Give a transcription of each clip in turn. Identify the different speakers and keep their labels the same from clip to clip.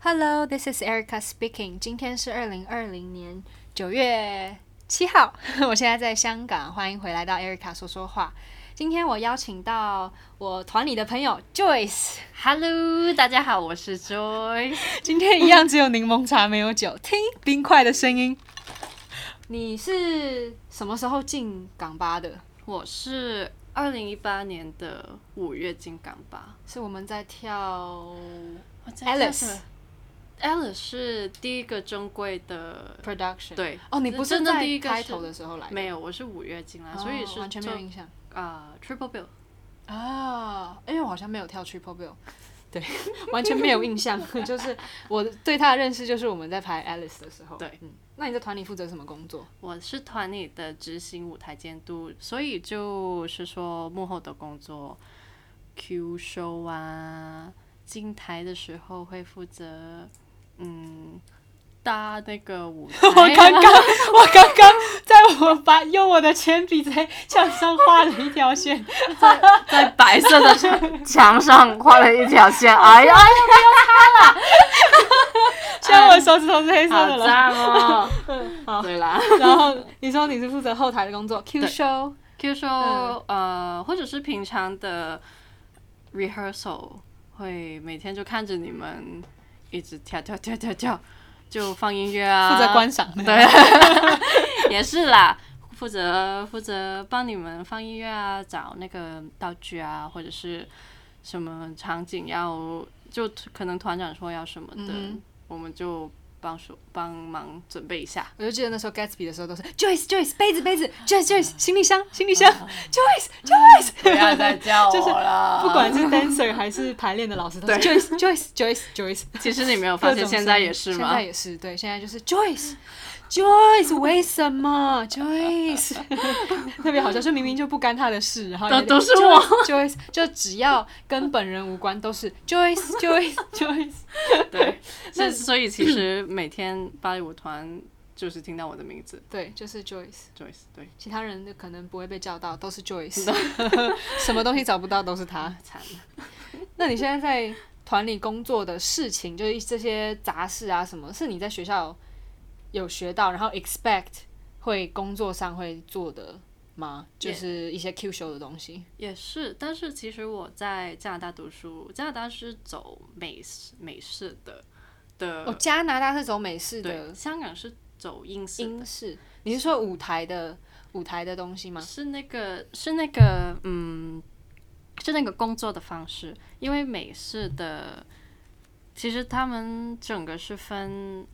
Speaker 1: Hello, this is Erica speaking. 今天是二零二零年九月七号， 我现在在香港，欢迎回来到 Erica 说说话。今天我邀请到我团里的朋友 Joyce，
Speaker 2: Hello，大家好，我是 Joyce。
Speaker 1: 今天一样只有柠檬茶没有酒，听冰块的声音。你是什么时候进港吧的？
Speaker 2: 我是二零一八年的五月进港吧。
Speaker 1: 是我们在跳
Speaker 2: 我
Speaker 1: 哦
Speaker 2: 在叫什
Speaker 1: Alice
Speaker 2: 么 Alice 是第一个中规的，
Speaker 1: Production。
Speaker 2: 对，
Speaker 1: 哦，你不是
Speaker 2: 真的
Speaker 1: 在
Speaker 2: 第一个是
Speaker 1: 开头的时候来的，
Speaker 2: 没有，我是五月进来，所以
Speaker 1: 哦
Speaker 2: 是
Speaker 1: 完全没有
Speaker 2: 就
Speaker 1: 印象。
Speaker 2: 啊、Triple Bill。
Speaker 1: 啊，因为我好像没有跳 Triple Bill，对， 完全没有印象。 就是我对他的认识就是我们在排 Alice 的时候。
Speaker 2: 对，
Speaker 1: 嗯，那你在团里负责什么工作？
Speaker 2: 我是团里的执行舞台监督，所以就是说幕后的工作，Q show 啊，进台的时候会负责，嗯，搭那个 舞台、
Speaker 1: 我刚刚，我刚刚在我把用我的铅笔在墙上画了一条 线，
Speaker 2: 在白色的墙墙上画了一条 线，哎呀，
Speaker 1: 现在我手指头是黑色的
Speaker 2: 好
Speaker 1: 了。
Speaker 2: 脏哦！
Speaker 1: 好，
Speaker 2: 对啦
Speaker 1: 然后你说你是负责后台的工作，Q
Speaker 2: 对
Speaker 1: show，
Speaker 2: ，Q show 呃，或者是平常的 rehearsal，会每天就看着你们一直跳跳跳跳跳，就放音乐啊，
Speaker 1: 负责观赏的。
Speaker 2: 对， 也是啦，负责负责帮你们放音乐啊，找那个道具啊，或者是什么场景要，就可能团长说要什么的，
Speaker 1: 嗯
Speaker 2: 我们就帮手帮忙准备一下。
Speaker 1: 我就记得那时候 Gatsby 的时候都是 Joyce Joyce 杯子杯子 Joyce Joyce 行李箱行李箱 Joyce Joyce，
Speaker 2: 不要再叫
Speaker 1: 就是
Speaker 2: 我 了
Speaker 1: 不管是 dancer 还是排练的老师，都是 Joyce Joyce Joyce Joyce。
Speaker 2: 其实你没有发
Speaker 1: 各
Speaker 2: 现，
Speaker 1: 种声
Speaker 2: 现
Speaker 1: 音
Speaker 2: 在也是
Speaker 1: 现
Speaker 2: 吗
Speaker 1: 在？也是，对，现在就是 Joyce Joyce，为什么 Joyce？特 别好笑，就明明就不干他的事，然后
Speaker 2: 都
Speaker 1: 也
Speaker 2: 都是我
Speaker 1: Joyce，就只要跟本人无关，都是 Joyce Joyce Joyce。
Speaker 2: 对，那所以其实每天芭蕾舞团就是听到我的名字
Speaker 1: 对，就是 Joyce，
Speaker 2: Joyce，对，
Speaker 1: 其他人就可能不会被叫到，都是 Joyce，什么东西找不到都是他。
Speaker 2: 惨了。
Speaker 1: 那你现在在团里工作的事情，就是这些杂事啊，什么是你在学校有学到，然后 expect 会工作上会做的吗？就是一些 Q 修的东西。
Speaker 2: 也是，但是其实我在加拿大读书，加拿大是走美式美式的的，
Speaker 1: 哦，加拿大是走美式
Speaker 2: 呃对，
Speaker 1: 的
Speaker 2: 香港是走英式的，
Speaker 1: 英式，你是说舞台的舞台的东西吗？
Speaker 2: 是那个是那个嗯，是那个工作的方式，因为美式的其实他们整个是分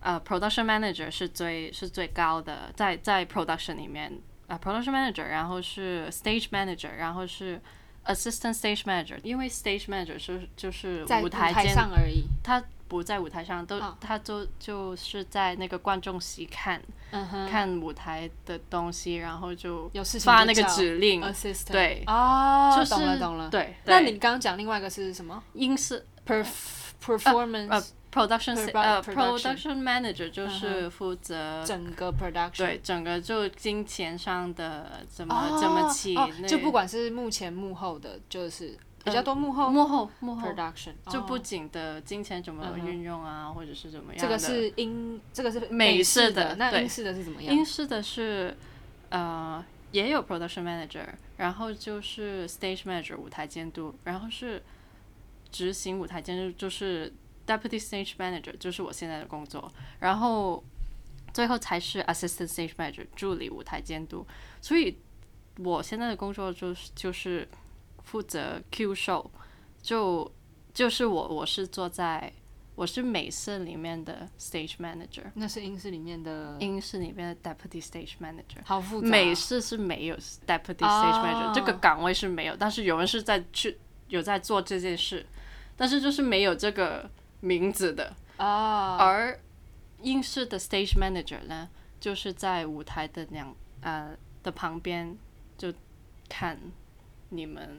Speaker 2: 呃 production manager 是最是最高的，在在 production 里面啊、呃 production manager，然后是 stage manager，然后是 assistant stage manager，因为 stage manager 是就是
Speaker 1: 在
Speaker 2: 舞
Speaker 1: 舞
Speaker 2: 台间
Speaker 1: 上而已。
Speaker 2: 他不在舞台上，都、
Speaker 1: 哦
Speaker 2: 他就就是在那个观众席看、
Speaker 1: 嗯哼，
Speaker 2: 看舞台的东西，然后就
Speaker 1: 有事情
Speaker 2: 发
Speaker 1: 就
Speaker 2: 那个
Speaker 1: 叫
Speaker 2: 指令，
Speaker 1: assistant。
Speaker 2: 对
Speaker 1: 哦，
Speaker 2: 就是
Speaker 1: 懂了懂了。
Speaker 2: 对，
Speaker 1: 那
Speaker 2: 对
Speaker 1: 你刚刚讲另外一个是什么
Speaker 2: 英式
Speaker 1: ？perf performance、
Speaker 2: 呃 production
Speaker 1: Produ-
Speaker 2: se-
Speaker 1: production
Speaker 2: 呃
Speaker 1: 嗯
Speaker 2: production manager 就是负责、
Speaker 1: 整个 production
Speaker 2: 对整个就金钱上的怎么、
Speaker 1: 哦
Speaker 2: 怎么起、
Speaker 1: 哦
Speaker 2: 那嗯
Speaker 1: 就不管是幕前幕后的，就是比较多幕后、
Speaker 2: 幕后幕后
Speaker 1: production，
Speaker 2: 就不
Speaker 1: 哦
Speaker 2: 仅的金钱怎么
Speaker 1: 嗯哼
Speaker 2: 运用啊，或者是怎么样
Speaker 1: 这
Speaker 2: 的
Speaker 1: 个是英，这个是
Speaker 2: 美
Speaker 1: 式
Speaker 2: 式的
Speaker 1: 那
Speaker 2: 对
Speaker 1: 英式的是怎么样？
Speaker 2: 英式的是，呃，也有 production manager，然后就是 stage manager 舞台监督，然后是执行舞台监督，就是 deputy stage manager，就是我现在的工作，然后最后才是 assistant stage manager 助理舞台监督。所以我现在的工作就是就是负责 Q show，就就是我我是坐在我是美式里面的 stage manager。
Speaker 1: 那是英式里面的，
Speaker 2: 英式里面的 deputy stage manager，
Speaker 1: 好复杂哦。
Speaker 2: 美式是没有 deputy stage manager、
Speaker 1: 哦
Speaker 2: 这个岗位是没有，但是有人是在去有在做这件事，但是就是没有这个名字的。
Speaker 1: 啊，
Speaker 2: 而英式的 stage manager 呢，就是在舞台的两呃的旁边就看你们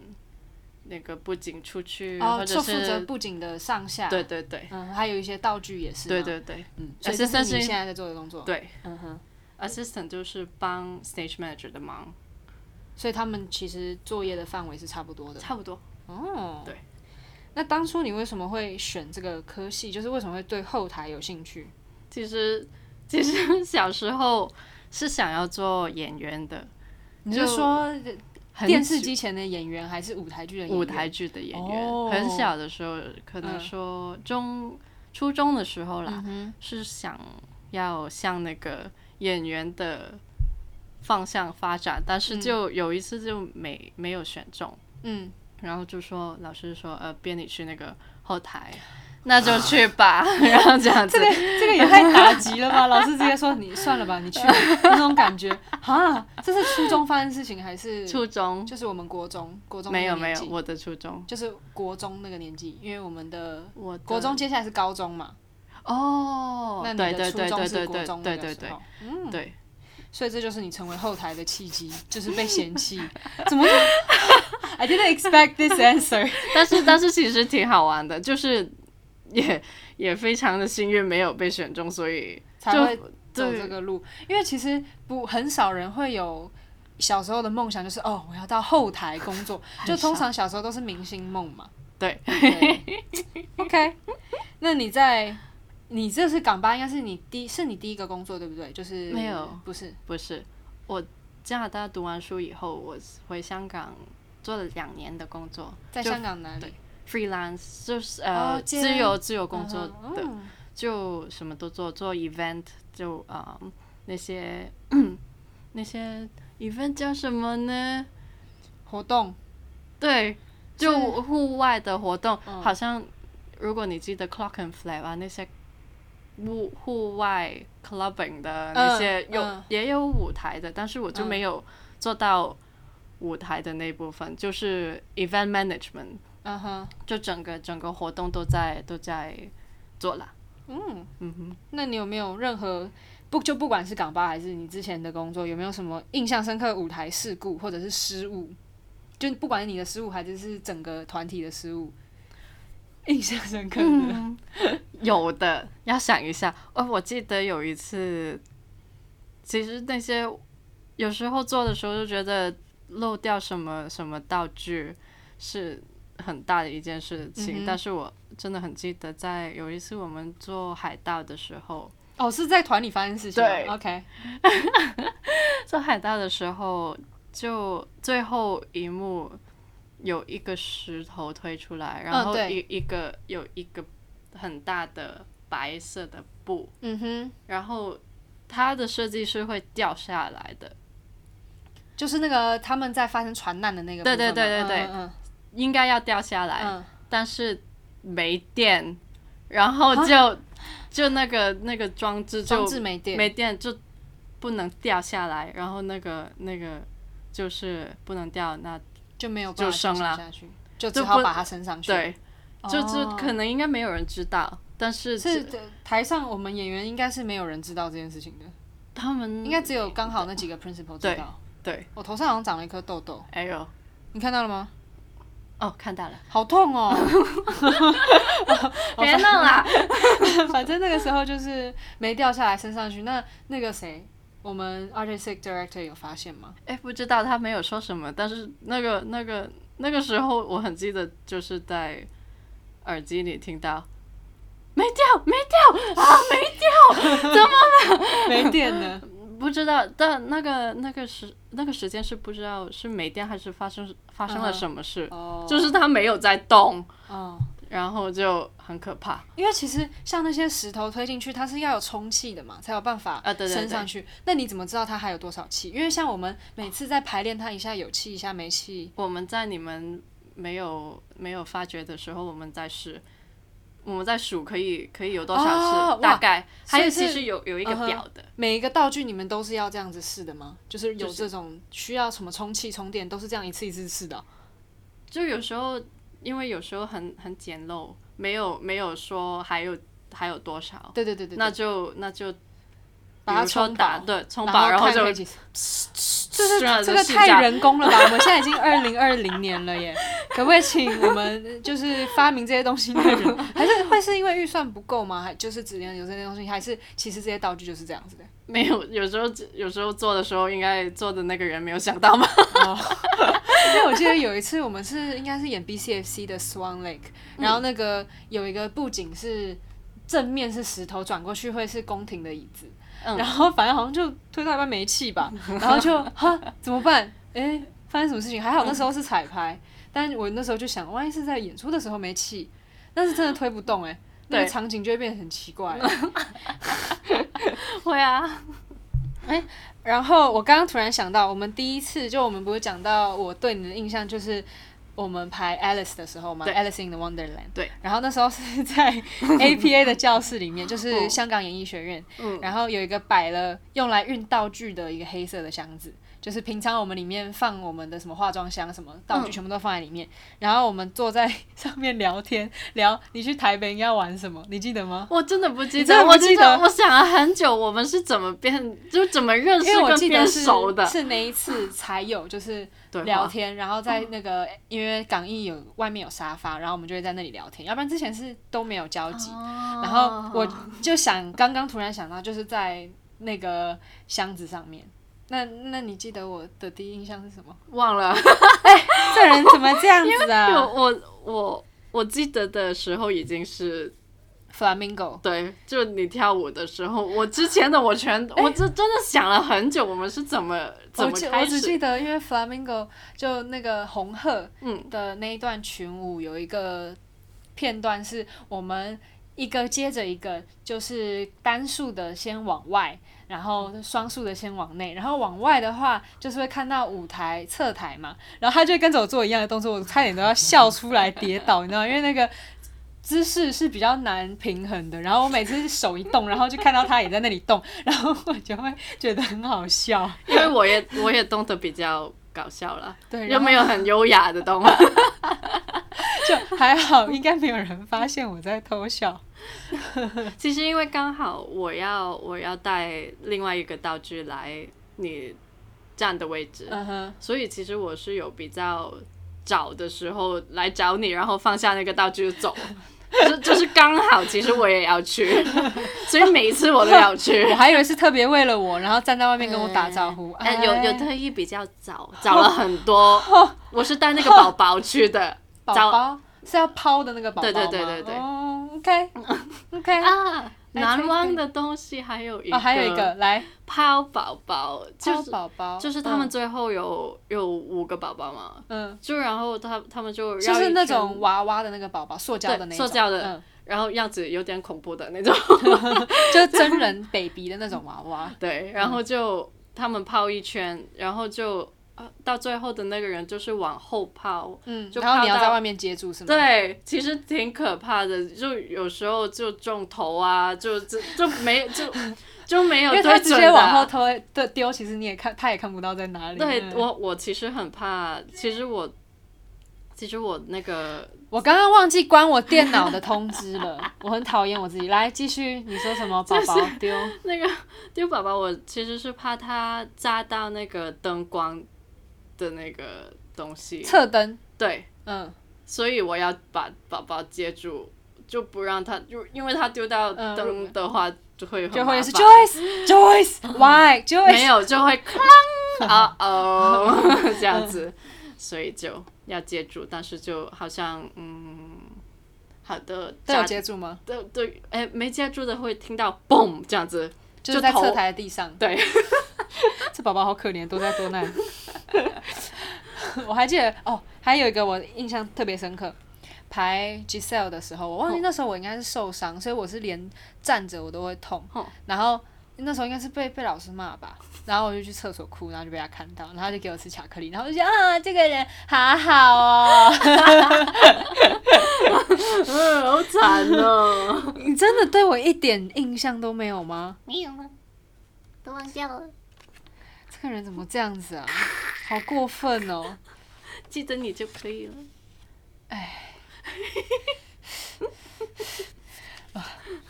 Speaker 2: 那个布景出去，
Speaker 1: 哦，
Speaker 2: 或
Speaker 1: 就
Speaker 2: 者
Speaker 1: 负责
Speaker 2: 是
Speaker 1: 布景的上下，
Speaker 2: 对，对对
Speaker 1: 嗯，还有一些道具也是，
Speaker 2: 对，对对
Speaker 1: 嗯，所以这是
Speaker 2: Assistant
Speaker 1: 你
Speaker 2: 是
Speaker 1: 现在在做的工作，
Speaker 2: 对
Speaker 1: 嗯哼，
Speaker 2: ，assistant 就是帮 stage manager 的忙，
Speaker 1: 所以他们其实作业的范围是差不多的，
Speaker 2: 差不多。
Speaker 1: 哦，
Speaker 2: 对。
Speaker 1: 那当初你为什么会选这个科系？就是为什么会对后台有兴趣？
Speaker 2: 其实其实 小时候是想要做演员的，
Speaker 1: 你是
Speaker 2: 就
Speaker 1: 说
Speaker 2: 很
Speaker 1: 电视
Speaker 2: 久
Speaker 1: 机前的演员，还是舞台剧的演员？
Speaker 2: 舞台剧的演员，
Speaker 1: 哦
Speaker 2: 很小的时候，可能
Speaker 1: 嗯
Speaker 2: 说中、初中的时候啦，
Speaker 1: 嗯哼，
Speaker 2: 是想要向那个演员的方向发展，但是
Speaker 1: 嗯
Speaker 2: 就有一次就没没有选中，
Speaker 1: 嗯，
Speaker 2: 然后就说老师说呃，编你去那个后台，那就去吧， 然后这样子
Speaker 1: 啊这个这个也太打击 了吧！老师直接说你算了吧，你去那种感觉哈，这是初中发生事情还是
Speaker 2: 初中
Speaker 1: 就是我们国中国中那
Speaker 2: 没
Speaker 1: 个
Speaker 2: 有没
Speaker 1: 年
Speaker 2: 有
Speaker 1: 纪
Speaker 2: 我的初中，
Speaker 1: 就是国中那个年纪，因为我们的
Speaker 2: 我的
Speaker 1: 国中接下来是高中嘛，
Speaker 2: 哦
Speaker 1: 那，你
Speaker 2: 对
Speaker 1: 的
Speaker 2: 对
Speaker 1: 初
Speaker 2: 对
Speaker 1: 中
Speaker 2: 对
Speaker 1: 是
Speaker 2: 对
Speaker 1: 国
Speaker 2: 对
Speaker 1: 中
Speaker 2: 对
Speaker 1: 那
Speaker 2: 对
Speaker 1: 个时
Speaker 2: 对
Speaker 1: 候，嗯，
Speaker 2: 对，
Speaker 1: 所以这就是你成为后台的契机，就是被嫌弃， 怎 么会？I didn't expect this answer。
Speaker 2: 但是但是其实挺好玩的，就是也也非常的幸运没有被选中，所以
Speaker 1: 才
Speaker 2: 就
Speaker 1: 会走
Speaker 2: 对
Speaker 1: 这个路，因为其实不很少人会有小时候的梦想，就是哦，我要到后台工作，就通常小时候都是明星梦嘛。
Speaker 2: 对
Speaker 1: 对 OK，那 你在你这是港巴，应该是你第是你第一个工作对不对？就是
Speaker 2: 没有，
Speaker 1: 不是
Speaker 2: 不是我加拿大读完书以后，我回香港做了两年的工作
Speaker 1: 在
Speaker 2: 就
Speaker 1: 香港哪里
Speaker 2: 对？，freelance 就是呃、
Speaker 1: 哦接
Speaker 2: 自由自由工作
Speaker 1: 嗯哼
Speaker 2: 的，
Speaker 1: 嗯
Speaker 2: 就什么都做，做 event 就啊、呃那些 那些 event 叫什么呢？
Speaker 1: 活动
Speaker 2: 对，就是户外的活动，
Speaker 1: 嗯
Speaker 2: 好像如果你记得 Clock and Flap 啊那些户户外 clubbing 的那些
Speaker 1: 嗯
Speaker 2: 有、
Speaker 1: 嗯
Speaker 2: 也有舞台的，但是我就
Speaker 1: 嗯
Speaker 2: 没有做到舞台的那部分，就是 event management，
Speaker 1: 嗯哼，
Speaker 2: 就整个整个活动都在都在做啦。
Speaker 1: 嗯，
Speaker 2: 嗯哼，
Speaker 1: 那你有没有任何不就不管是港巴还是你之前的工作，有没有什么印象深刻的舞台事故或者是失误？就不管是你的失误还是是整个团体的失误，印象深刻的。
Speaker 2: 嗯有的要想一下。哦，我记得有一次，其实那些有时候做的时候就觉得漏掉什么什么道具是很大的一件事
Speaker 1: 嗯
Speaker 2: 情，
Speaker 1: 哼
Speaker 2: 但是我真的很记得，在有一次我们做海盗的时 候，
Speaker 1: 哦，是在团里发生事情吗。
Speaker 2: 对
Speaker 1: o k
Speaker 2: 做海盗的时候，就最后一幕有一个石头推出来，然后
Speaker 1: 哦对
Speaker 2: 一、一个有一个很大的白色的布。
Speaker 1: 嗯哼，
Speaker 2: 然后它的设计是会掉下来的，
Speaker 1: 就是那个他们在发生船难的那个部
Speaker 2: 对
Speaker 1: 分
Speaker 2: 对
Speaker 1: 吗。
Speaker 2: 对对对
Speaker 1: 嗯
Speaker 2: 应该要掉下来，
Speaker 1: 嗯
Speaker 2: 但是没电，然后就就那个那个装置
Speaker 1: 嗯，
Speaker 2: 就
Speaker 1: 啊装置没电。
Speaker 2: 没电就不能掉下来，然后那个那个就是不能掉，那
Speaker 1: 就没有办法
Speaker 2: 就升
Speaker 1: 进行
Speaker 2: 了
Speaker 1: 下去，就
Speaker 2: 就
Speaker 1: 只好
Speaker 2: 不
Speaker 1: 把它升上去。
Speaker 2: 对，
Speaker 1: 哦，
Speaker 2: 就就可能应该没有人知道，但是
Speaker 1: 是呃台上我们演员应该是没有人知道这件事情的。
Speaker 2: 他们
Speaker 1: 应该只有刚好那几个 principal 知
Speaker 2: 嗯对
Speaker 1: 道。
Speaker 2: 对，
Speaker 1: 我头上好像长了一颗痘痘，
Speaker 2: 哎呦
Speaker 1: 你看到了吗？
Speaker 2: 哦看到了，
Speaker 1: 好痛 哦！
Speaker 2: 别弄啦，
Speaker 1: 反正那个时候就是没掉下来，升上去。那那个谁，我们 artistic director 有发现吗？
Speaker 2: 哎，不知道他没有说什么，但是那个那个那个时候我很记得，就是在耳机里听到，没掉没掉啊没
Speaker 1: 没电呢。
Speaker 2: 掉，不知道，但那个那个时那个时间是不知道是没电还是发生发生了
Speaker 1: 嗯哼
Speaker 2: 什么事，
Speaker 1: 哦，
Speaker 2: 就是它没有在动，
Speaker 1: 哦，
Speaker 2: 然后就很可怕。
Speaker 1: 因为其实像那些石头推进去，它是要有充气的嘛，才有办法
Speaker 2: 啊对对对
Speaker 1: 升上去。那你怎么知道它还有多少气？因为像我们每次在排练，它一下有气，一下没气。
Speaker 2: 我们在你们没有没有发觉的时候，我们在试。我们在数可以可以有多少次，
Speaker 1: 哦哇
Speaker 2: 大概还有
Speaker 1: 所以是
Speaker 2: 其实有有一个
Speaker 1: 嗯哼
Speaker 2: 表的，
Speaker 1: 每一个道具你们都是要这样子试的吗？就是有
Speaker 2: 就是
Speaker 1: 这种需要什么充气、充电，都是这样一次一次试的哦、
Speaker 2: 就有时候，因为有时候很很简陋，没有没有说还有还有多少，
Speaker 1: 对对对对，
Speaker 2: 那就那就
Speaker 1: 把它
Speaker 2: 比如说
Speaker 1: 充
Speaker 2: 打
Speaker 1: 饱
Speaker 2: 对充
Speaker 1: 然
Speaker 2: 饱，然后
Speaker 1: 看
Speaker 2: 就
Speaker 1: 可以几次这是啊
Speaker 2: 这样
Speaker 1: 这
Speaker 2: 子
Speaker 1: 个
Speaker 2: 试
Speaker 1: 太
Speaker 2: 驾
Speaker 1: 人工了吧？我们现在已经二零二零年了耶，可不可以请我们就是发明这些东西的人， 还是会是因为预算不够吗？还就是只能有这些东西，还是其实这些道具就是这样子的？
Speaker 2: 没有，有时候有时候做的时候，应该做的那个人没有 想到吗？
Speaker 1: 因为我记得有一次我们是应该是演 BCFC 的 Swan Lake，然
Speaker 2: 嗯
Speaker 1: 后那个有一个布景是正面是石头，转过去会是宫廷的椅子，
Speaker 2: 嗯
Speaker 1: 然后反正好像就推到一半没气 吧，然后就哈怎么办？哎、发生什么事情？还好那时候是彩排，
Speaker 2: 嗯
Speaker 1: 但我那时候就想，万一是在演出的时候没气，但是真的推不动哎、那个
Speaker 2: 对
Speaker 1: 场景就会变得很奇怪、
Speaker 2: 会啊，
Speaker 1: 然后我刚刚突然想到，我们第一次就我们不是讲到我对你的印象就是我们排 Alice 的时候嘛
Speaker 2: 对
Speaker 1: ，Alice in the Wonderland。
Speaker 2: 对。
Speaker 1: 然后那时候是在 APA 的教室里面，就是
Speaker 2: 嗯
Speaker 1: 香港演艺学院，
Speaker 2: 嗯
Speaker 1: 然后有一个摆了用来运道具的一个黑色的箱子。就是平常我们里面放我们的什么化妆箱、什么道具，
Speaker 2: 嗯
Speaker 1: 全部都放在里面。然后我们坐在上面聊天，聊你去台北应该要玩什么，你记得吗？
Speaker 2: 我真的不记
Speaker 1: 你真的
Speaker 2: 得，
Speaker 1: 不
Speaker 2: 我
Speaker 1: 记
Speaker 2: 真的
Speaker 1: 得
Speaker 2: 我想了很久，我们是怎么变，就怎么认识
Speaker 1: 因为我
Speaker 2: 跟
Speaker 1: 记得
Speaker 2: 变
Speaker 1: 是
Speaker 2: 熟的，
Speaker 1: 是那一次才有，就是
Speaker 2: 对
Speaker 1: 聊
Speaker 2: 话，
Speaker 1: 天，然后在那个、因为港艺有外面有沙发，然后我们就会在那里聊天，要不然之前是都没有交集。
Speaker 2: 哦
Speaker 1: 然后我就想，刚刚突然想到，就是在那个箱子上面。那那你记得我的第一印象是什么？
Speaker 2: 忘了，
Speaker 1: 这人怎么这样子
Speaker 2: 因为
Speaker 1: 啊
Speaker 2: 我我我记得的时候已经是
Speaker 1: ？Flamingo，
Speaker 2: 对，就你跳舞的时候，我之前的我全，我这真的想了很久，我们是怎么
Speaker 1: 哎
Speaker 2: 怎
Speaker 1: 我
Speaker 2: 么
Speaker 1: 记我
Speaker 2: 开
Speaker 1: 只
Speaker 2: 始？
Speaker 1: 记得，因为 Flamingo 就那个红鹤，
Speaker 2: 嗯，
Speaker 1: 的那一段群舞有一个片段是我们一个接着一个，就是单数的先往外，然后双数的先往内，然后往外的话就是会看到舞台侧台嘛，然后他就会跟着我做一样的动作，我差点都要笑出来跌倒，你知道吗，因为那个。姿势是比较难平衡的，然后我每次手一动，然后就看到他也在那里动，然后我就会觉得很好笑。
Speaker 2: 因为我也我也动得比较搞笑了，
Speaker 1: 对，然
Speaker 2: 又
Speaker 1: 后
Speaker 2: 没有很优雅的动。
Speaker 1: 就还好，应该没有人发现我在偷笑。
Speaker 2: 其实因为刚好我要我要带另外一个道具来你站的位置，
Speaker 1: 嗯哼，
Speaker 2: 所以其实我是有比较早的时候来找你，然后放下那个道具就走。就就是刚好，其实我也 要去，所以每一次我都要去。
Speaker 1: 我还以为是特别为了我，然后站在外面跟我打招呼。
Speaker 2: 哎、
Speaker 1: 哎
Speaker 2: 有有特意比较早，早了很 多。我是带那个宝宝去的，
Speaker 1: 宝啊
Speaker 2: 早
Speaker 1: 宝是要抛的那个宝宝吗
Speaker 2: 对对对对对
Speaker 1: 哦，OK OK
Speaker 2: 啊，
Speaker 1: 哎
Speaker 2: 难
Speaker 1: 可以可以
Speaker 2: 忘的东西还有一个，
Speaker 1: 哦，还有一个来
Speaker 2: 抛宝宝，就
Speaker 1: 抛
Speaker 2: 是
Speaker 1: 宝宝，
Speaker 2: 就是他们最后有、有五个宝宝嘛，
Speaker 1: 嗯，
Speaker 2: 就然后他他们就
Speaker 1: 嗯，
Speaker 2: 绕
Speaker 1: 就
Speaker 2: 一
Speaker 1: 是那
Speaker 2: 圈
Speaker 1: 种娃娃的那个宝宝，塑胶的那
Speaker 2: 对
Speaker 1: 种，
Speaker 2: 塑胶的
Speaker 1: 嗯，
Speaker 2: 然后样子有点恐怖的那种，
Speaker 1: 就是真人 baby 的那种娃娃。
Speaker 2: 对，然后就、他们抛一圈，然后就。啊到最后的那个人就是往后抛，
Speaker 1: 嗯，
Speaker 2: 就
Speaker 1: 然后你要
Speaker 2: 抛到
Speaker 1: 在外面接住是吗？
Speaker 2: 对，其实挺可怕的，就有时候就中头啊，就就就 没就就没有
Speaker 1: 因为
Speaker 2: 对
Speaker 1: 他
Speaker 2: 准
Speaker 1: 直接
Speaker 2: 的
Speaker 1: 往
Speaker 2: 啊
Speaker 1: 后偷对丢，其实你也看他也看不到在哪里。
Speaker 2: 对
Speaker 1: 嗯
Speaker 2: 我，我其实很怕，其实我，其实我那个
Speaker 1: 我刚刚忘记关我电脑的通知了， 我很讨厌我自己。来继续，你说什么？宝宝丢，
Speaker 2: 那个丢宝宝，我其实是怕它扎到那个灯光的那个东西，
Speaker 1: 侧灯，
Speaker 2: 对，
Speaker 1: 嗯
Speaker 2: 所以我要把宝宝接住，就不让它，就因为它丢到
Speaker 1: 嗯
Speaker 2: 灯的话，就会很
Speaker 1: 就会是
Speaker 2: 麻烦
Speaker 1: Joyce Joyce Why
Speaker 2: 没
Speaker 1: Joyce
Speaker 2: 有就会哐啊哦这样子，所以就要接住，但是就好像嗯，好的，
Speaker 1: 都有
Speaker 2: 扎
Speaker 1: 接住吗？
Speaker 2: 对对，哎，没接住的会听到嘣这样子，
Speaker 1: 就是
Speaker 2: 就
Speaker 1: 在
Speaker 2: 头
Speaker 1: 侧台的地上。
Speaker 2: 对，
Speaker 1: 这宝宝好可怜，多灾多难。我还记得哦，还有一个我印象特别深刻，排 Giselle 的时候，我忘记那时候我应该是受伤，所以我是连站着我都会痛
Speaker 2: 哦，
Speaker 1: 然后。那时候应该是被被老师骂吧，然后我就去厕所哭，然后就被他看到，然后他就给我吃巧克力，然后我就觉得啊，这个人好好哦，
Speaker 2: 嗯，好惨哦。
Speaker 1: 你真的对我一点印象都没有吗？
Speaker 3: 没有吗？都忘掉了。
Speaker 1: 这个人怎么这样子啊？好过分哦！
Speaker 2: 记得你就可以了。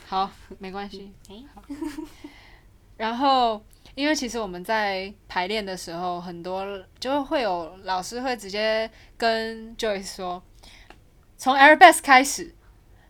Speaker 1: 好，没关系
Speaker 3: 哎。
Speaker 1: 然后因为其实我们在排练的时候，很多就会有老师会直接跟 Joyce 说，从 Arabesk 开始。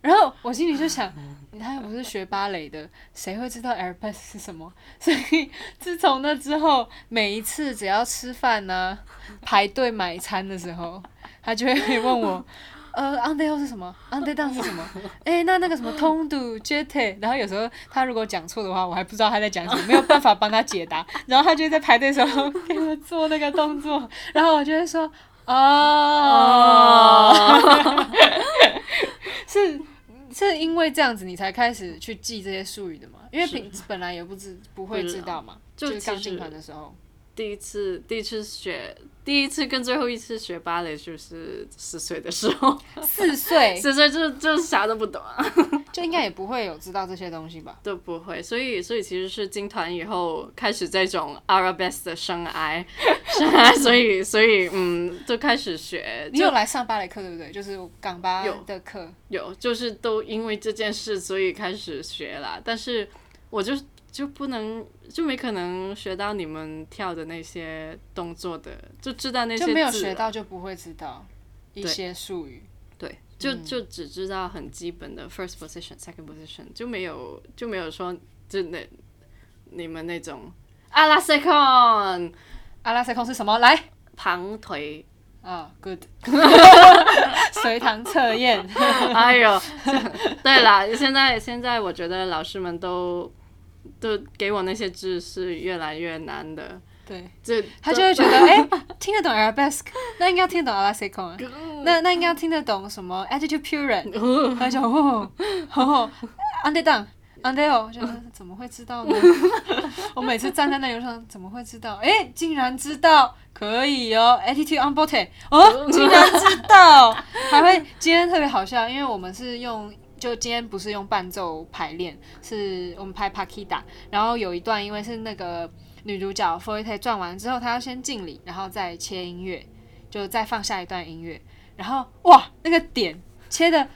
Speaker 1: 然后我心里就想，他又不是学芭蕾的，谁会知道 Arabesk 是什么？ 所以自从那之后，每一次只要吃饭呢、排队买餐的时候，他就会问我， 呃 a n d e o 是什么 a n d e d o w 是什么？哎、那那个什么 t o n d u j e t e 然后有时候他如果讲错的话，我还不知道他在讲什么，没有办法帮他解答，然后他就会在排队的时候 给我做那个动作，然后我就会说，哦，是是因为这样子你才开始去记这些术语的吗？因为平本来也不知不会
Speaker 2: 不知
Speaker 1: 知
Speaker 2: 道
Speaker 1: 道嘛，
Speaker 2: 就
Speaker 1: 就是刚
Speaker 2: 其实
Speaker 1: 进团的时 候，
Speaker 2: 第一次第一次学第一次跟最后一次学芭蕾就是十岁的时候，
Speaker 1: 四岁
Speaker 2: 十岁就就啥都不懂啊，
Speaker 1: 就应该也不会有知道这些东西吧？
Speaker 2: 都不会，所以所以其实是进团以后开始这种 arabesque 的生涯生涯，所以所以嗯，就开始学，
Speaker 1: 你
Speaker 2: 就
Speaker 1: 有来上芭蕾课对不对？就是港芭
Speaker 2: 有
Speaker 1: 的课，
Speaker 2: 有就是都因为这件事，所以开始学啦。但是我就就不能就没可能学到你们跳的那些动作的，就知道那些
Speaker 1: 就没有
Speaker 2: 字
Speaker 1: 学
Speaker 2: 了
Speaker 1: 到就不会知道一
Speaker 2: 对
Speaker 1: 些术语。
Speaker 2: 对，就
Speaker 1: 嗯
Speaker 2: 就只知道很基本的 first position、second position，就没有就没有说就那你们那种阿拉 second
Speaker 1: 阿拉塞空是什么？来
Speaker 2: 旁腿，
Speaker 1: 啊、g o o d 随堂测验，
Speaker 2: 哎呦， 对啦，现在现在我觉得老师们都都给我那些字是越来越难的，
Speaker 1: 对
Speaker 2: 这
Speaker 1: 他就会觉得， 哎、听得懂 Arabesk，那应该要听得懂阿拉塞空，啊
Speaker 2: 嗯
Speaker 1: 那那应该要听得懂什么 Attitude Pure，他就嗯 哦哦 u n d e r d o w n u n d e r 我觉得怎么会知 道呢？我每次站在那里，我想怎么会知道？哎、竟然知道，可以哦，attitude on b o t e 哦，竟然知道，还会今天特别好笑，因为我们是用。就今天不是用伴奏排练，是我们拍 Pakita，然后有一段因为是那个女主角 f o y t e 转完之后，她要先敬礼，然后再切音乐，就再放下一段音乐，然后哇，那个点切的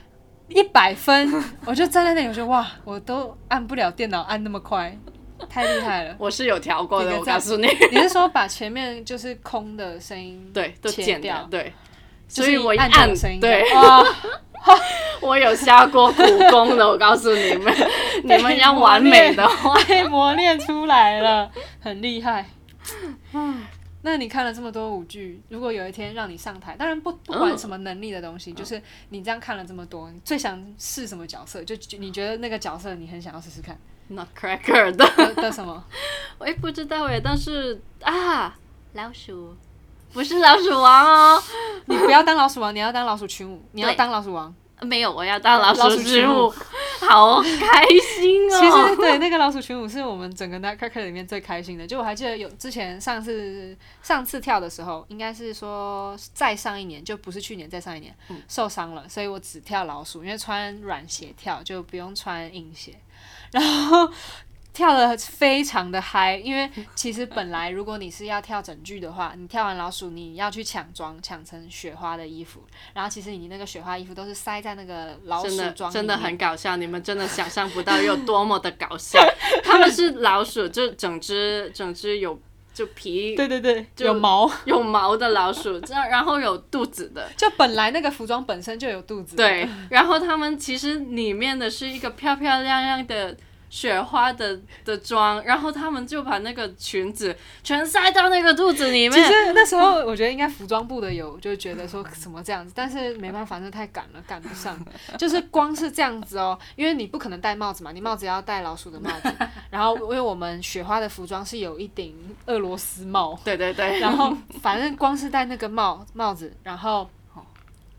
Speaker 1: 一百分， 我就站在那里，我说哇，我都按不了电脑按那么快，太厉害了。
Speaker 2: 我是有调过
Speaker 1: 一
Speaker 2: 的，
Speaker 1: 个
Speaker 2: 我
Speaker 1: 赞
Speaker 2: 告诉你，
Speaker 1: 你是说把前面就是空的声音，
Speaker 2: 对，都
Speaker 1: 切
Speaker 2: 剪
Speaker 1: 掉
Speaker 2: 掉，对。
Speaker 1: 就
Speaker 2: 所
Speaker 1: 是
Speaker 2: 以我一
Speaker 1: 按
Speaker 2: 按
Speaker 1: 钮的声音，
Speaker 2: 对，
Speaker 1: 哇，
Speaker 2: 我有下过苦 功的，我告诉你们，你们要完美的 话，
Speaker 1: 被磨练出来了，很厉害。 那你看了这么多舞剧，如果有一天让你上台，当然不不管什么能力的东西，就是你这样看了这么多，你最想试什么角色？就就你觉得那个角色你很想要试试看
Speaker 2: Nutcracker 的，
Speaker 1: 的的什么？
Speaker 2: 我也不知道哎，但是啊，老鼠不是老鼠王哦，
Speaker 1: 你不要当老鼠王，你要当老鼠群舞，你要
Speaker 2: 对
Speaker 1: 当老鼠王。
Speaker 2: 没有，我要当老
Speaker 1: 老
Speaker 2: 鼠
Speaker 1: 鼠
Speaker 2: 之
Speaker 1: 之
Speaker 2: 母
Speaker 1: 母，
Speaker 2: 好开心
Speaker 1: 其实
Speaker 2: 哦！
Speaker 1: 对那个老鼠群舞是我们整个 Nutcracker 里面最开心的。就我还记得有之前上次上次跳的时候，应该是说再上一年，就不是去年，再上一年、
Speaker 2: 嗯
Speaker 1: 受伤了，所以我只跳老鼠，因为穿软鞋跳就不用穿硬鞋，然后。跳的非常的嗨，因为其实本来如果你是要跳整句的话，你跳完老鼠，你要去抢装，抢成雪花的衣服，然后其实你那个雪花衣服都是塞在那个老鼠
Speaker 2: 真的
Speaker 1: 装里面，
Speaker 2: 真的很搞笑，你们真的想象不到有多么的搞笑。 他们是老鼠，就整只整只有就皮
Speaker 1: 对对对，
Speaker 2: 就
Speaker 1: 有毛，
Speaker 2: 有毛的老鼠，这样然后有肚子 的，
Speaker 1: 就本来那个服装本身就有肚子，，
Speaker 2: 对，然后他们其实里面的是一个漂漂亮亮的雪花的的妆，然后他们就把那个裙子全塞到那个肚子里
Speaker 1: 其
Speaker 2: 面
Speaker 1: 实。那时候我觉得应该服装部的有就觉得说什么这样子，但是没办法，那太赶了，赶不上。就是光是这样子哦，因为你不可能戴帽子嘛，你帽子要戴老鼠的帽子，然后因为我们雪花的服装是有一顶俄罗斯帽，
Speaker 2: 对对对，
Speaker 1: 然后反正光是戴那个帽帽子，然后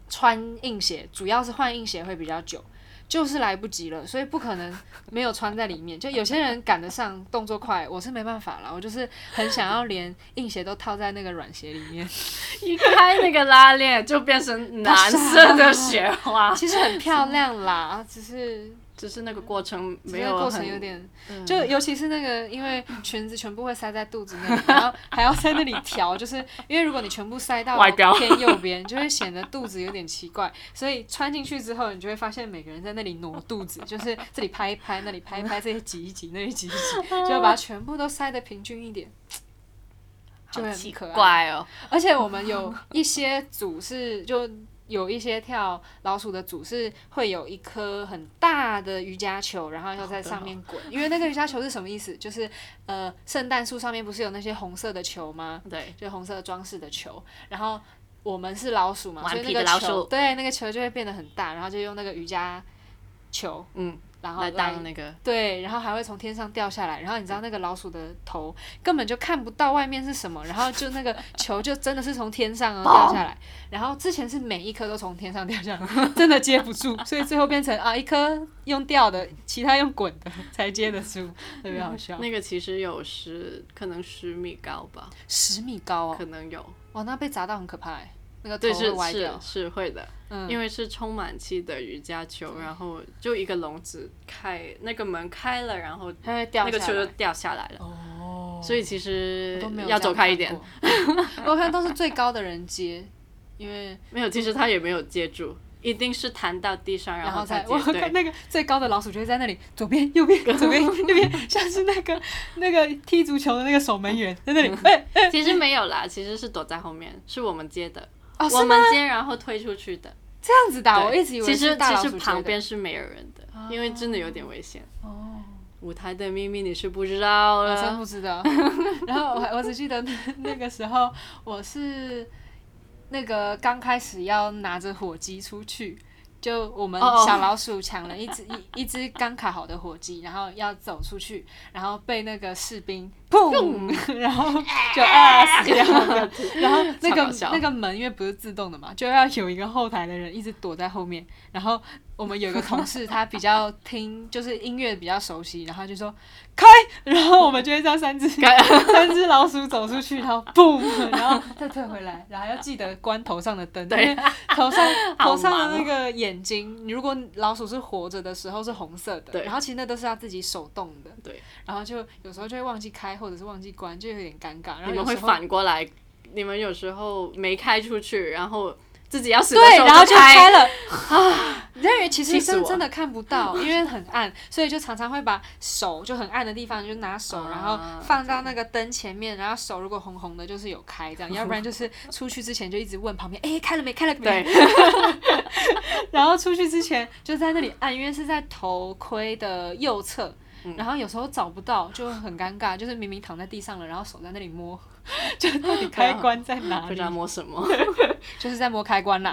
Speaker 1: 穿硬鞋，主要是换硬鞋会比较久，就是来不及了，所以不可能没有穿在里面。就有些人赶得上，动作快，我是没办法了，我就是很想要连硬鞋都套在那个软鞋里面，
Speaker 2: 一开那个拉 链就变成蓝色的雪花。
Speaker 1: 啊其实很漂亮啦，只是
Speaker 2: 只是那个过程
Speaker 1: 只
Speaker 2: 没
Speaker 1: 是那
Speaker 2: 有啊
Speaker 1: 个过程
Speaker 2: 很
Speaker 1: 有点，
Speaker 2: 嗯
Speaker 1: 就尤其是那个，因为裙子全部会塞在肚子那里，然后还要在那里调，就是因为如果你全部塞到
Speaker 2: 外掉
Speaker 1: 偏右边，就会显得肚子有点奇怪，所以穿进去之后，你就会发现每个人在那里挪肚子，就是这里拍一拍，那里拍一拍，这里挤一挤，那里挤一挤，就要把它全部都塞得平均一点。就会很
Speaker 2: 好奇
Speaker 1: 可爱
Speaker 2: 怪哦。
Speaker 1: 而且我们有一些组是就有一些跳老鼠的组是会有一颗很大的瑜伽球，然后要在上面滚，因为那个瑜伽球是什么意思？就是呃，圣诞树上面不是有那些红色的球吗？
Speaker 2: 对，
Speaker 1: 就红色装饰的球，然后我们是老鼠嘛，
Speaker 2: 顽
Speaker 1: 所以
Speaker 2: 皮
Speaker 1: 那
Speaker 2: 的
Speaker 1: 个
Speaker 2: 老
Speaker 1: 球
Speaker 2: 鼠
Speaker 1: 对那个球就会变得很大，然后就用那个瑜伽球，
Speaker 2: 嗯，
Speaker 1: 然后
Speaker 2: 来当那个
Speaker 1: 对，然后还会从天上掉下来，然后
Speaker 2: 嗯
Speaker 1: 你知道那个老鼠的头根本就看不到外面是什么，然后就那个球就真的是从天上啊掉下来，然后之前是每一颗都从天上掉下来， 真的接不住，所以最后变成啊一颗用掉的，其他用滚的才接得住，特别好笑。
Speaker 2: 那个其实有十，可能十米高吧，
Speaker 1: 十米高哦，
Speaker 2: 可能有，
Speaker 1: 哇，那被砸到很可怕哎，那个头
Speaker 2: 对，
Speaker 1: 会
Speaker 2: 是
Speaker 1: 歪
Speaker 2: 是
Speaker 1: 掉，
Speaker 2: 是会的，
Speaker 1: 嗯，
Speaker 2: 因为是充满气的瑜伽球，然后就一个笼子开，那个门开了，然后
Speaker 1: 它会掉
Speaker 2: 那个
Speaker 1: 下
Speaker 2: 球就
Speaker 1: 来。
Speaker 2: 掉下来了，
Speaker 1: 哦
Speaker 2: 所以其
Speaker 1: 我
Speaker 2: 实
Speaker 1: 都没有
Speaker 2: 要
Speaker 1: 这
Speaker 2: 走
Speaker 1: 样
Speaker 2: 开
Speaker 1: 看
Speaker 2: 一点
Speaker 1: 过，， 我看都是最高的人接，因为。
Speaker 2: 没有，其实他也没有接住，一定是弹到地上
Speaker 1: 然
Speaker 2: 后
Speaker 1: 后
Speaker 2: 才
Speaker 1: 再
Speaker 2: 接
Speaker 1: 我，看
Speaker 2: 对，
Speaker 1: 那个最高的老鼠就会在那里左边、右边、左 边、右边，像是那个那个踢足球的那个守门员在那里。哎、
Speaker 2: 其实没有啦，其实是躲在后面，是我们接的，
Speaker 1: 哦，
Speaker 2: 我
Speaker 1: 是吗？
Speaker 2: 们接然后推出去的，
Speaker 1: 这样子的啊，
Speaker 2: 对
Speaker 1: 我一直以为
Speaker 2: 其实
Speaker 1: 是大
Speaker 2: 其
Speaker 1: 老
Speaker 2: 实
Speaker 1: 鼠接的
Speaker 2: 旁边是没有人的，因为真的有点危险。
Speaker 1: 哦，
Speaker 2: 舞台的秘密你是不知道
Speaker 1: 我
Speaker 2: 了，
Speaker 1: 真不知道。 然后我还我只记得那那个时候我是那个刚开始要拿着火鸡出去。就我们
Speaker 2: 哦哦
Speaker 1: 小老鼠抢了一只一一只刚烤好的火鸡，然后要走出去，然后被那个士兵砰， 然后就啊死掉 了。然后那
Speaker 2: 超
Speaker 1: 个
Speaker 2: 搞笑
Speaker 1: 那个门因为不是自动的嘛，就要有一个后台的人一直躲在后面。然后我们有一个同事，他比较听就是音乐比较熟悉，然后他就说开，然后我们就会让三只 三只老鼠走出去，然后 嘣，然后再退回来，然后还要记得关头上的灯，
Speaker 2: 对
Speaker 1: 因为头 上
Speaker 2: 好
Speaker 1: 头上的
Speaker 2: 忙哦
Speaker 1: 那个眼睛，你如果老鼠是活着的时候是红色的，
Speaker 2: 对
Speaker 1: 然后其实那都是它自己手动的，
Speaker 2: 对，
Speaker 1: 然后就有时候就会忘记开或者是忘记关，就有点尴尬，然后
Speaker 2: 你
Speaker 1: 有
Speaker 2: 们会
Speaker 1: 时候
Speaker 2: 反过来，你们有时候没开出去，然后自己要死的
Speaker 1: 对，
Speaker 2: 时候
Speaker 1: 然后就
Speaker 2: 开
Speaker 1: 开了啊！因为其实
Speaker 2: 气死
Speaker 1: 真的
Speaker 2: 我
Speaker 1: 真的看不 到，因为很暗，所以就常常会把手就很暗的地方就拿手，
Speaker 2: 啊
Speaker 1: 然后放到那个灯前面，然后手如果红红的，就是有开这样，要不然就是出去之前就一直问旁边，哎、 开了没？开了没？
Speaker 2: 对，
Speaker 1: 然后出去之前就在那里按，因为是在头盔的右侧。
Speaker 2: 嗯
Speaker 1: 然后有时候找不到就很尴尬，就是明明躺在地上了，然后手在那里摸， 就到 底开关在哪
Speaker 2: 啊不知
Speaker 1: 里
Speaker 2: 道？摸什么。
Speaker 1: 就是在摸开关 啦。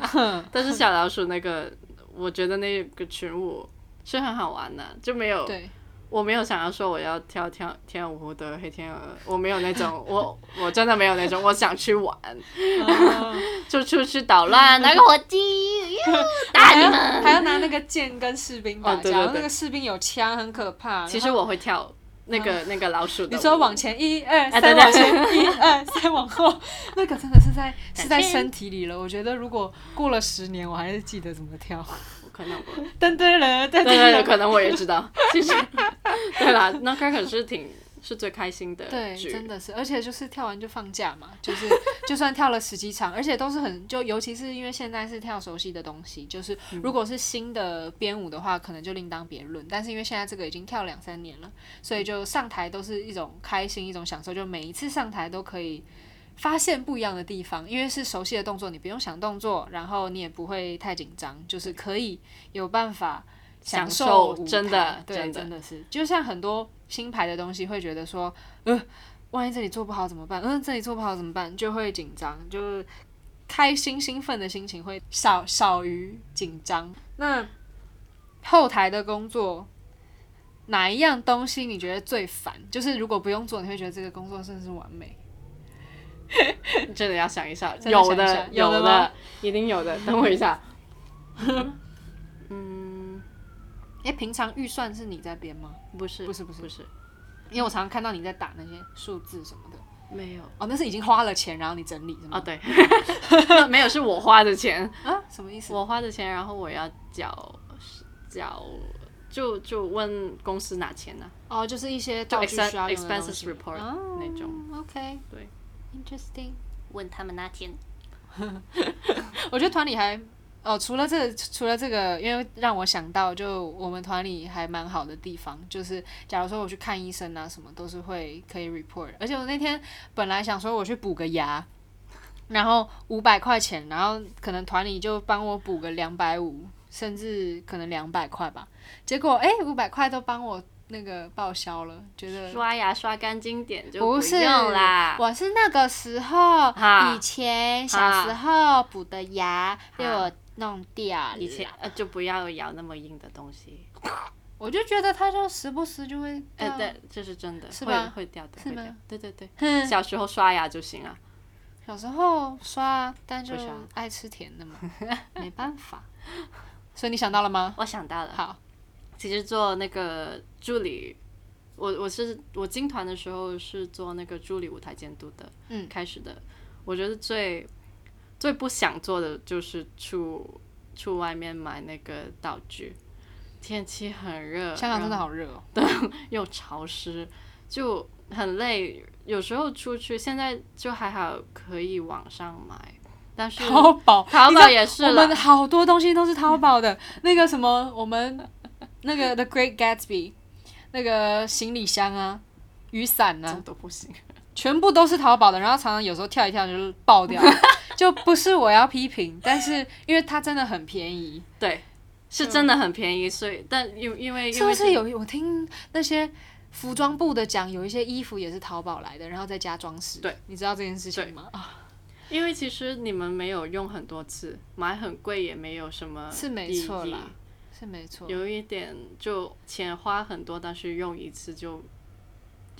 Speaker 2: 但是小老鼠那个，我觉得那个群舞是很好玩的，就没有
Speaker 1: 对，
Speaker 2: 我没有想要说我要跳跳天鹅湖的黑天鹅，我没有那种，我 我真的没有那种，我想去玩，啊就出去捣 乱那
Speaker 3: 拿
Speaker 2: 个。
Speaker 3: 个火鸡，哟打你们！
Speaker 1: 还要拿那个剑跟士兵打
Speaker 2: 哦
Speaker 1: 架，
Speaker 2: 对对
Speaker 1: 然后
Speaker 2: 对
Speaker 1: 那个士兵有枪，很可怕。
Speaker 2: 其实
Speaker 1: 然后
Speaker 2: 我会跳那个那个老鼠的舞。
Speaker 1: 啊你说往前一二
Speaker 2: 啊
Speaker 1: 三，
Speaker 2: 对对
Speaker 1: 往前一二 三，往后，那个真的是在
Speaker 2: 感
Speaker 1: 是在
Speaker 2: 谢
Speaker 1: 身体里了。我觉得如果过了十年，我还是记得怎么跳。
Speaker 2: 可能我
Speaker 1: 噔噔了，噔
Speaker 2: 对对
Speaker 1: 噔
Speaker 2: 对，
Speaker 1: 了。
Speaker 2: 可能我也知道，其实 对啦，那个可是挺是最开心的
Speaker 1: 对，
Speaker 2: 剧，
Speaker 1: 真的是，而且就是跳完就放假嘛， 就是就算跳了十几场，而且都是很就，尤其是因为现在是跳熟悉的东西，就是
Speaker 2: 嗯
Speaker 1: 如果是新的编舞的话，可能就另当别论。但是因为现在这个已经跳两三年了，所
Speaker 2: 嗯
Speaker 1: 以就上台都是一种开心，一种享受，就每一次上台都可以发现不一样的地方，因为是熟悉的动作，你不用想动作，然后你也不会太紧张，就是可以有办法
Speaker 2: 享
Speaker 1: 受
Speaker 2: 受
Speaker 1: 舞
Speaker 2: 真
Speaker 1: 台
Speaker 2: 的
Speaker 1: 对，
Speaker 2: 真的
Speaker 1: 真的是，就像很多新牌的东西会觉得说，呃，万一这里做不好怎么办？嗯、这里做不好怎么办？就会紧张，就是开心兴奋的心情会少少于紧张。那后台的工作。哪一样东西你觉得最烦？就是如果不用做，你会觉得这个工作真的是完美。
Speaker 2: 真的要想一下，
Speaker 1: 真的
Speaker 2: 有
Speaker 1: 想一下
Speaker 2: 的
Speaker 1: 有的
Speaker 2: 的
Speaker 1: 吗
Speaker 2: 一定有的，等我一下，
Speaker 1: 哎、平常预算是你在编吗？
Speaker 2: 不是
Speaker 1: 不是不是
Speaker 2: 不是
Speaker 1: 因为我常常看到你在打那些数字什么的。
Speaker 2: 没有
Speaker 1: 哦，那是已经花了钱，然后你整理是
Speaker 2: 啊，
Speaker 1: 吗？
Speaker 2: 对， 没有是我花的钱，
Speaker 1: 啊，什么意思？
Speaker 2: 我花的钱，然后我要缴缴，就就问公司拿钱呢、
Speaker 1: 哦，就是一些
Speaker 2: 就
Speaker 1: 道具需
Speaker 2: expen
Speaker 1: 要用的东
Speaker 2: expenses
Speaker 1: 西。
Speaker 2: report、
Speaker 1: 哦
Speaker 2: 那种。
Speaker 1: OK，
Speaker 2: 对
Speaker 1: ，interesting。
Speaker 3: 问他们那天
Speaker 1: 我觉得团里还哦，除了这除了这个，因为让我想到，就我们团里还蛮好的地方，就是假如说我去看医生啊，什么都是会可以 report 的。而且我那天本来想说我去补个牙，然后五百块钱，然后可能团里就帮我补个两百五，甚至可能两百块吧。结果哎，五百块都帮我那个报销了，觉得
Speaker 2: 刷牙刷干净点就
Speaker 1: 不是
Speaker 2: 用啦。
Speaker 1: 我是那个时候
Speaker 2: 哈
Speaker 1: 以前小时候补的牙被我弄掉了
Speaker 2: 以前呃就不要咬那么硬的东西，
Speaker 1: 我就觉得它就时不时就会
Speaker 2: 呃，
Speaker 1: 掉
Speaker 2: 对，这是真的，
Speaker 1: 啊是
Speaker 2: 会
Speaker 1: 吧
Speaker 2: 会掉的，
Speaker 1: 是
Speaker 2: 会掉
Speaker 1: 吗。
Speaker 2: 对对对，
Speaker 1: 哼
Speaker 2: 小时候刷牙就行 了。
Speaker 1: 小时候刷，但就
Speaker 2: 不刷
Speaker 1: 爱吃甜的嘛，没办法。所以你想到了吗？
Speaker 2: 我想到了，
Speaker 1: 哦好，
Speaker 2: 其实做那个助理，我我是我进团的时候是做那个助理舞台监督的，
Speaker 1: 嗯
Speaker 2: 开始的。我觉得最最不想做的就是出出外面买那个道具，天气很热，
Speaker 1: 香港真的
Speaker 2: 然后
Speaker 1: 好热哦。
Speaker 2: 又潮湿，就很累。有时候出去，现在就还好可以网上买，但是
Speaker 1: 淘宝，
Speaker 2: 淘
Speaker 1: 哦你知
Speaker 2: 宝
Speaker 1: 道
Speaker 2: 也是
Speaker 1: 我
Speaker 2: 啦
Speaker 1: 们好多东西都是淘宝的。 那个什么，我们那个 The Great Gatsby，那个行李箱啊，雨伞啊
Speaker 2: 这，都不行。
Speaker 1: 全部都是淘宝的，然后常常有时候跳一跳就是爆 掉，就不是我要批评，但是因为它真的很便宜，
Speaker 2: 对，
Speaker 1: 嗯
Speaker 2: 是真的很便宜，所以但因因为
Speaker 1: 是
Speaker 2: 因
Speaker 1: 不
Speaker 2: 为
Speaker 1: 是有我听那些服装部的讲，有一些衣服也是淘宝来的，然后再加装饰，
Speaker 2: 对，
Speaker 1: 你知道这件事
Speaker 2: 对
Speaker 1: 情吗？啊，
Speaker 2: 因为其实你们没有用很多次，买很贵也没有什么
Speaker 1: 是没
Speaker 2: 意
Speaker 1: 错
Speaker 2: 义
Speaker 1: 啦，是没错，
Speaker 2: 有一点就钱花很多，但是用一次就，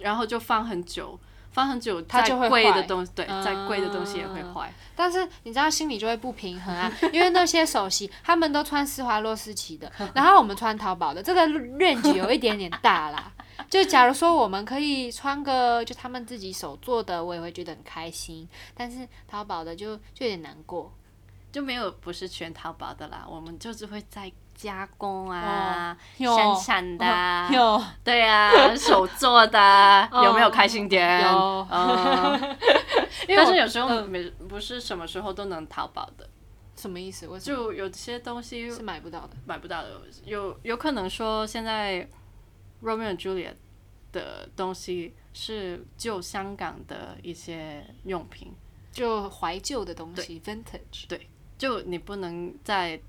Speaker 2: 然后就放很久，放很久，
Speaker 1: 它就会
Speaker 2: 再贵的
Speaker 1: 坏
Speaker 2: 东对，再贵的东西也会
Speaker 1: 嗯
Speaker 2: 坏。
Speaker 1: 但是你知道心里就会不平衡啊， 因为那些首席他们都穿施华洛世奇的，然后我们穿淘宝的，这个 range 有一点点大啦。 就假如说我们可以穿个就他们自己手做的，我也会觉得很开心。但是淘宝的就就有点难过。
Speaker 2: 就没有不是全淘宝的啦，我们就是会在加工啊、
Speaker 1: 哦有
Speaker 2: 生产的、啊，
Speaker 1: 有
Speaker 2: 对 啊，手做的啊，
Speaker 1: 哦
Speaker 2: 有没有开心点？
Speaker 1: 有
Speaker 2: 嗯
Speaker 1: 因为我嗯
Speaker 2: 但是有时候没、不是什么时候都能淘宝的，
Speaker 1: 什么意思？我就
Speaker 2: 就有些东西
Speaker 1: 是买不到的。
Speaker 2: 买不到的，有有可能说现在 Romeo and Juliet 的东西是旧香港的一些用品，
Speaker 1: 就怀旧的东西，vintage，
Speaker 2: 就你不能在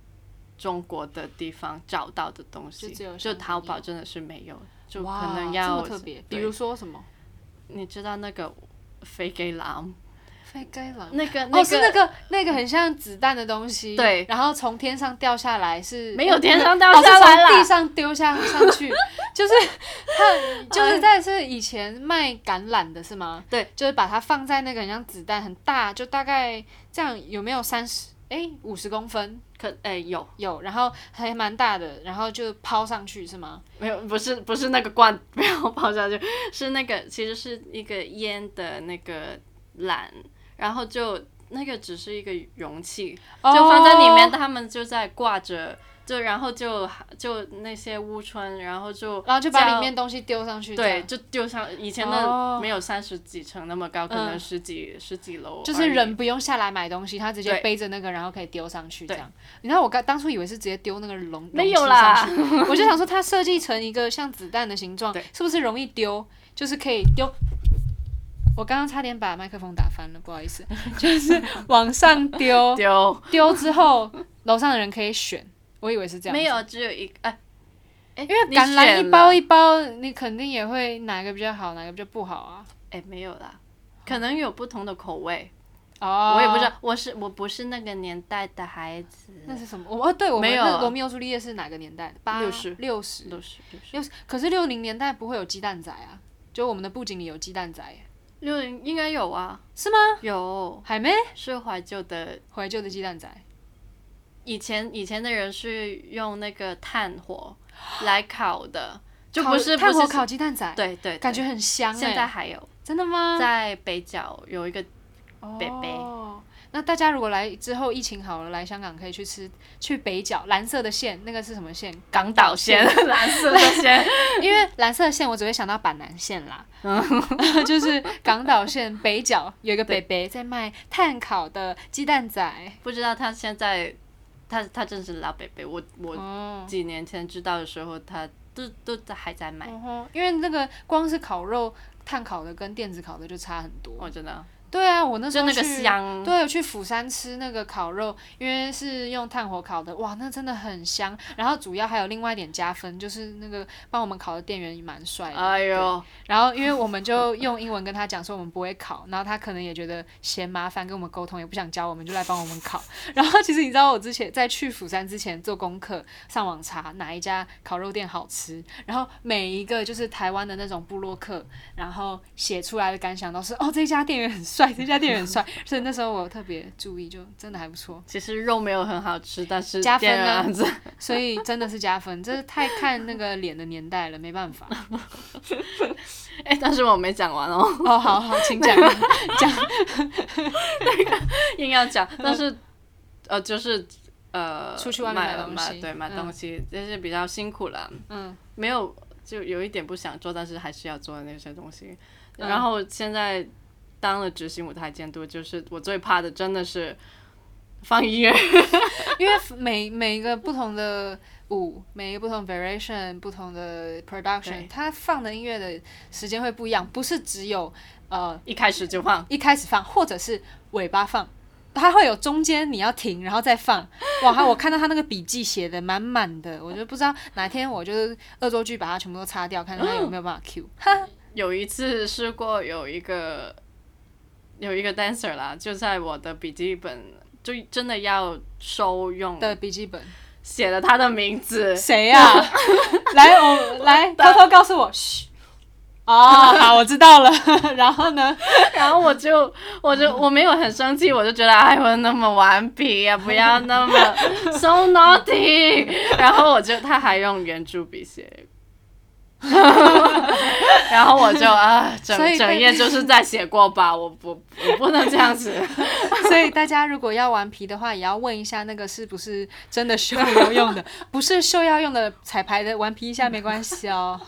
Speaker 2: 中国的地方找到的东西，
Speaker 1: 就只有香港
Speaker 2: 淘宝
Speaker 1: 有
Speaker 2: 真的是没有，就
Speaker 1: 哇
Speaker 2: 可能
Speaker 1: 这
Speaker 2: 要
Speaker 1: 么特别。比
Speaker 2: 对
Speaker 1: 如说什么
Speaker 2: 你知道那个飞给狼，
Speaker 1: 飞该狼
Speaker 2: 呃那个嗯
Speaker 1: 哦，是那个那个很像子弹的东西，
Speaker 2: 对
Speaker 1: 然后从天上掉下来是
Speaker 2: 没有天上掉
Speaker 1: 哦，是
Speaker 2: 下来啦
Speaker 1: 从地上丢下上去， 就是 它就是在是以前卖橄榄的是吗？
Speaker 2: 哎对，
Speaker 1: 就是把它放在那个很像子弹很大，就大概这样有没有三十哎五十公分
Speaker 2: 可哎、有
Speaker 1: 有，然后还蛮大的，然后就抛上去是吗？
Speaker 2: 没有？不是不是那个罐，不要抛下去，是那个其实是一个烟的那个篮，然后就那个只是一个容器，就放在里面，
Speaker 1: 哦，
Speaker 2: 他们就在挂着，就然后就就那些屋村，然后就
Speaker 1: 哦然后就把
Speaker 2: 叫
Speaker 1: 里面东西丢上去，这
Speaker 2: 对，
Speaker 1: 样，
Speaker 2: 就丢上以前
Speaker 1: 哦
Speaker 2: 的没有三十几层那么高，可能
Speaker 1: 嗯
Speaker 2: 十几、十几楼而已，
Speaker 1: 就是人不用下来买东西，他直接
Speaker 2: 对
Speaker 1: 背着那个，然后可以丢上去这
Speaker 2: 对
Speaker 1: 样。你知道我刚当初以为是直接丢那个笼，
Speaker 2: 没
Speaker 1: 容器
Speaker 2: 有啦
Speaker 1: 上 去，我就想说它设计成一个像子弹的形状
Speaker 2: 对，
Speaker 1: 是不是容易丢？就是可以丢。我刚刚差点把麦克风打翻了，不好意思， 就是往上丢，
Speaker 2: 丢，
Speaker 1: 丢之后楼上的人可以选，我以为是这样，
Speaker 2: 没，有只有一个哎。
Speaker 1: 呃
Speaker 2: 因
Speaker 1: 因为橄榄一包一包，你肯定也会哪个比较好，哪个比较不好啊。
Speaker 2: 哎，没有啦，可能有不同的口味，
Speaker 1: 哦，
Speaker 2: 我也不知道，我是我不是那个年代的孩子，
Speaker 1: 那是什么。我哦，对，我们
Speaker 2: 没有
Speaker 1: 那罗密欧朱丽叶是哪个年代的？八
Speaker 2: 60
Speaker 1: 六十
Speaker 2: 六十六十
Speaker 1: 六十，可是六零年代不会有鸡蛋仔啊，就我们的布景里有鸡蛋仔耶，
Speaker 2: 六零应该有啊，
Speaker 1: 是吗？
Speaker 2: 有
Speaker 1: 还没
Speaker 2: 是怀旧的，
Speaker 1: 怀旧的鸡蛋仔，
Speaker 2: 以前以前的人是用那个炭 火来烤的，就不
Speaker 1: 烤
Speaker 2: 是不
Speaker 1: 炭
Speaker 2: 是
Speaker 1: 火烤鸡蛋仔，，
Speaker 2: 对对，
Speaker 1: 感
Speaker 2: 对
Speaker 1: 觉很香哎。
Speaker 2: 现在还有
Speaker 1: 真的吗？
Speaker 2: 在北角有一个
Speaker 1: 哦
Speaker 2: 北北
Speaker 1: 那大家如果来之后疫情好了，来香港可以去吃去北角蓝色的线，那个是什么线？
Speaker 2: 港岛线、蓝色的 线，
Speaker 1: 因为蓝色线我只会想到板南线啦，
Speaker 2: 嗯
Speaker 1: 就是港岛线北角有一个北北在卖炭烤的鸡蛋仔，
Speaker 2: 不知道他现在，他他真是老北北。我我
Speaker 1: 哦，
Speaker 2: 几年前知道的时候，他都都在还在卖。
Speaker 1: 嗯哼因为那个光是烤肉炭烤的跟电子烤的就差很多。
Speaker 2: 我真的
Speaker 1: 对啊，我那时
Speaker 2: 哦就
Speaker 1: 候
Speaker 2: 那个
Speaker 1: 去
Speaker 2: 香，
Speaker 1: 对，我去釜山吃那个烤肉，因为是用炭火烤的，哇，那真的很香。然后主要还有另外一点加分，就是那个帮我们烤的店员也蛮帅的。
Speaker 2: 哎呦，
Speaker 1: 然后因为我们就用英文跟他讲说我们不会烤，然后他可能也觉得嫌麻烦跟我们沟通，也不想教我们，就来帮我们烤。 然后其实你知道我之前在去釜山之前做功课，上网查哪一家烤肉店好吃，然后每一个就是台湾的那种部落客，然后写出来的感想都是哦这家店员很帅，这家店员很帅，所以那时候我特别注意，就真的还不错。
Speaker 2: 其实肉没有很好吃，但是
Speaker 1: 加分
Speaker 2: 店
Speaker 1: 啊
Speaker 2: 员这样子
Speaker 1: 所以真的是加分，这是太看那个脸的年代了，没办法。
Speaker 2: 哎，但是我没讲完哦，
Speaker 1: 哦，好好，请讲讲。
Speaker 2: 硬要讲，但是呃，就是呃，
Speaker 1: 嗯出去外面
Speaker 2: 买
Speaker 1: 买
Speaker 2: 了
Speaker 1: 东
Speaker 2: 买
Speaker 1: 西
Speaker 2: 对买
Speaker 1: 嗯
Speaker 2: 东西，但是比较辛苦了。
Speaker 1: 嗯
Speaker 2: 没有，就有一点不想做，但是还是要做的那些东西。
Speaker 1: 嗯
Speaker 2: 然后现在当了执行舞台监督，就是我最怕的真的是放音乐，
Speaker 1: 因为每每一个不同的舞，每一个不同 variation、不同的
Speaker 2: 对
Speaker 1: production，它放的音乐的时间会不一样，不是只有呃
Speaker 2: 一开始就放。
Speaker 1: 一开始放，或者是尾巴放，它会有中间你要停，然后再放。哇，还我看到他那个笔记写的满满的，我就不知道哪天我就是恶作剧把它全部都擦掉，看看它有没有办法 Q。
Speaker 2: 有一次试过有一个有一个 dancer 啦，就在我的笔记本，就真的要收用
Speaker 1: 的笔记本
Speaker 2: 写了他的名字，
Speaker 1: 谁呀、来，我来偷偷告诉我，嘘。哦，好，我知道了。 然后呢？
Speaker 2: 然后我就我就
Speaker 1: 嗯
Speaker 2: 我没有很生气，我就觉得哎我那么顽皮呀、不要那 么 so naughty。然 后我就他还用圆珠笔写。然后我就啊，整
Speaker 1: 所以被
Speaker 2: 整页就是在写过吧，我不我不能这样子，
Speaker 1: 所以大家如果要顽皮的话，也要问一下那个是不是真的秀要用 的，不是秀要用的彩排的，顽皮一下没关系 哦。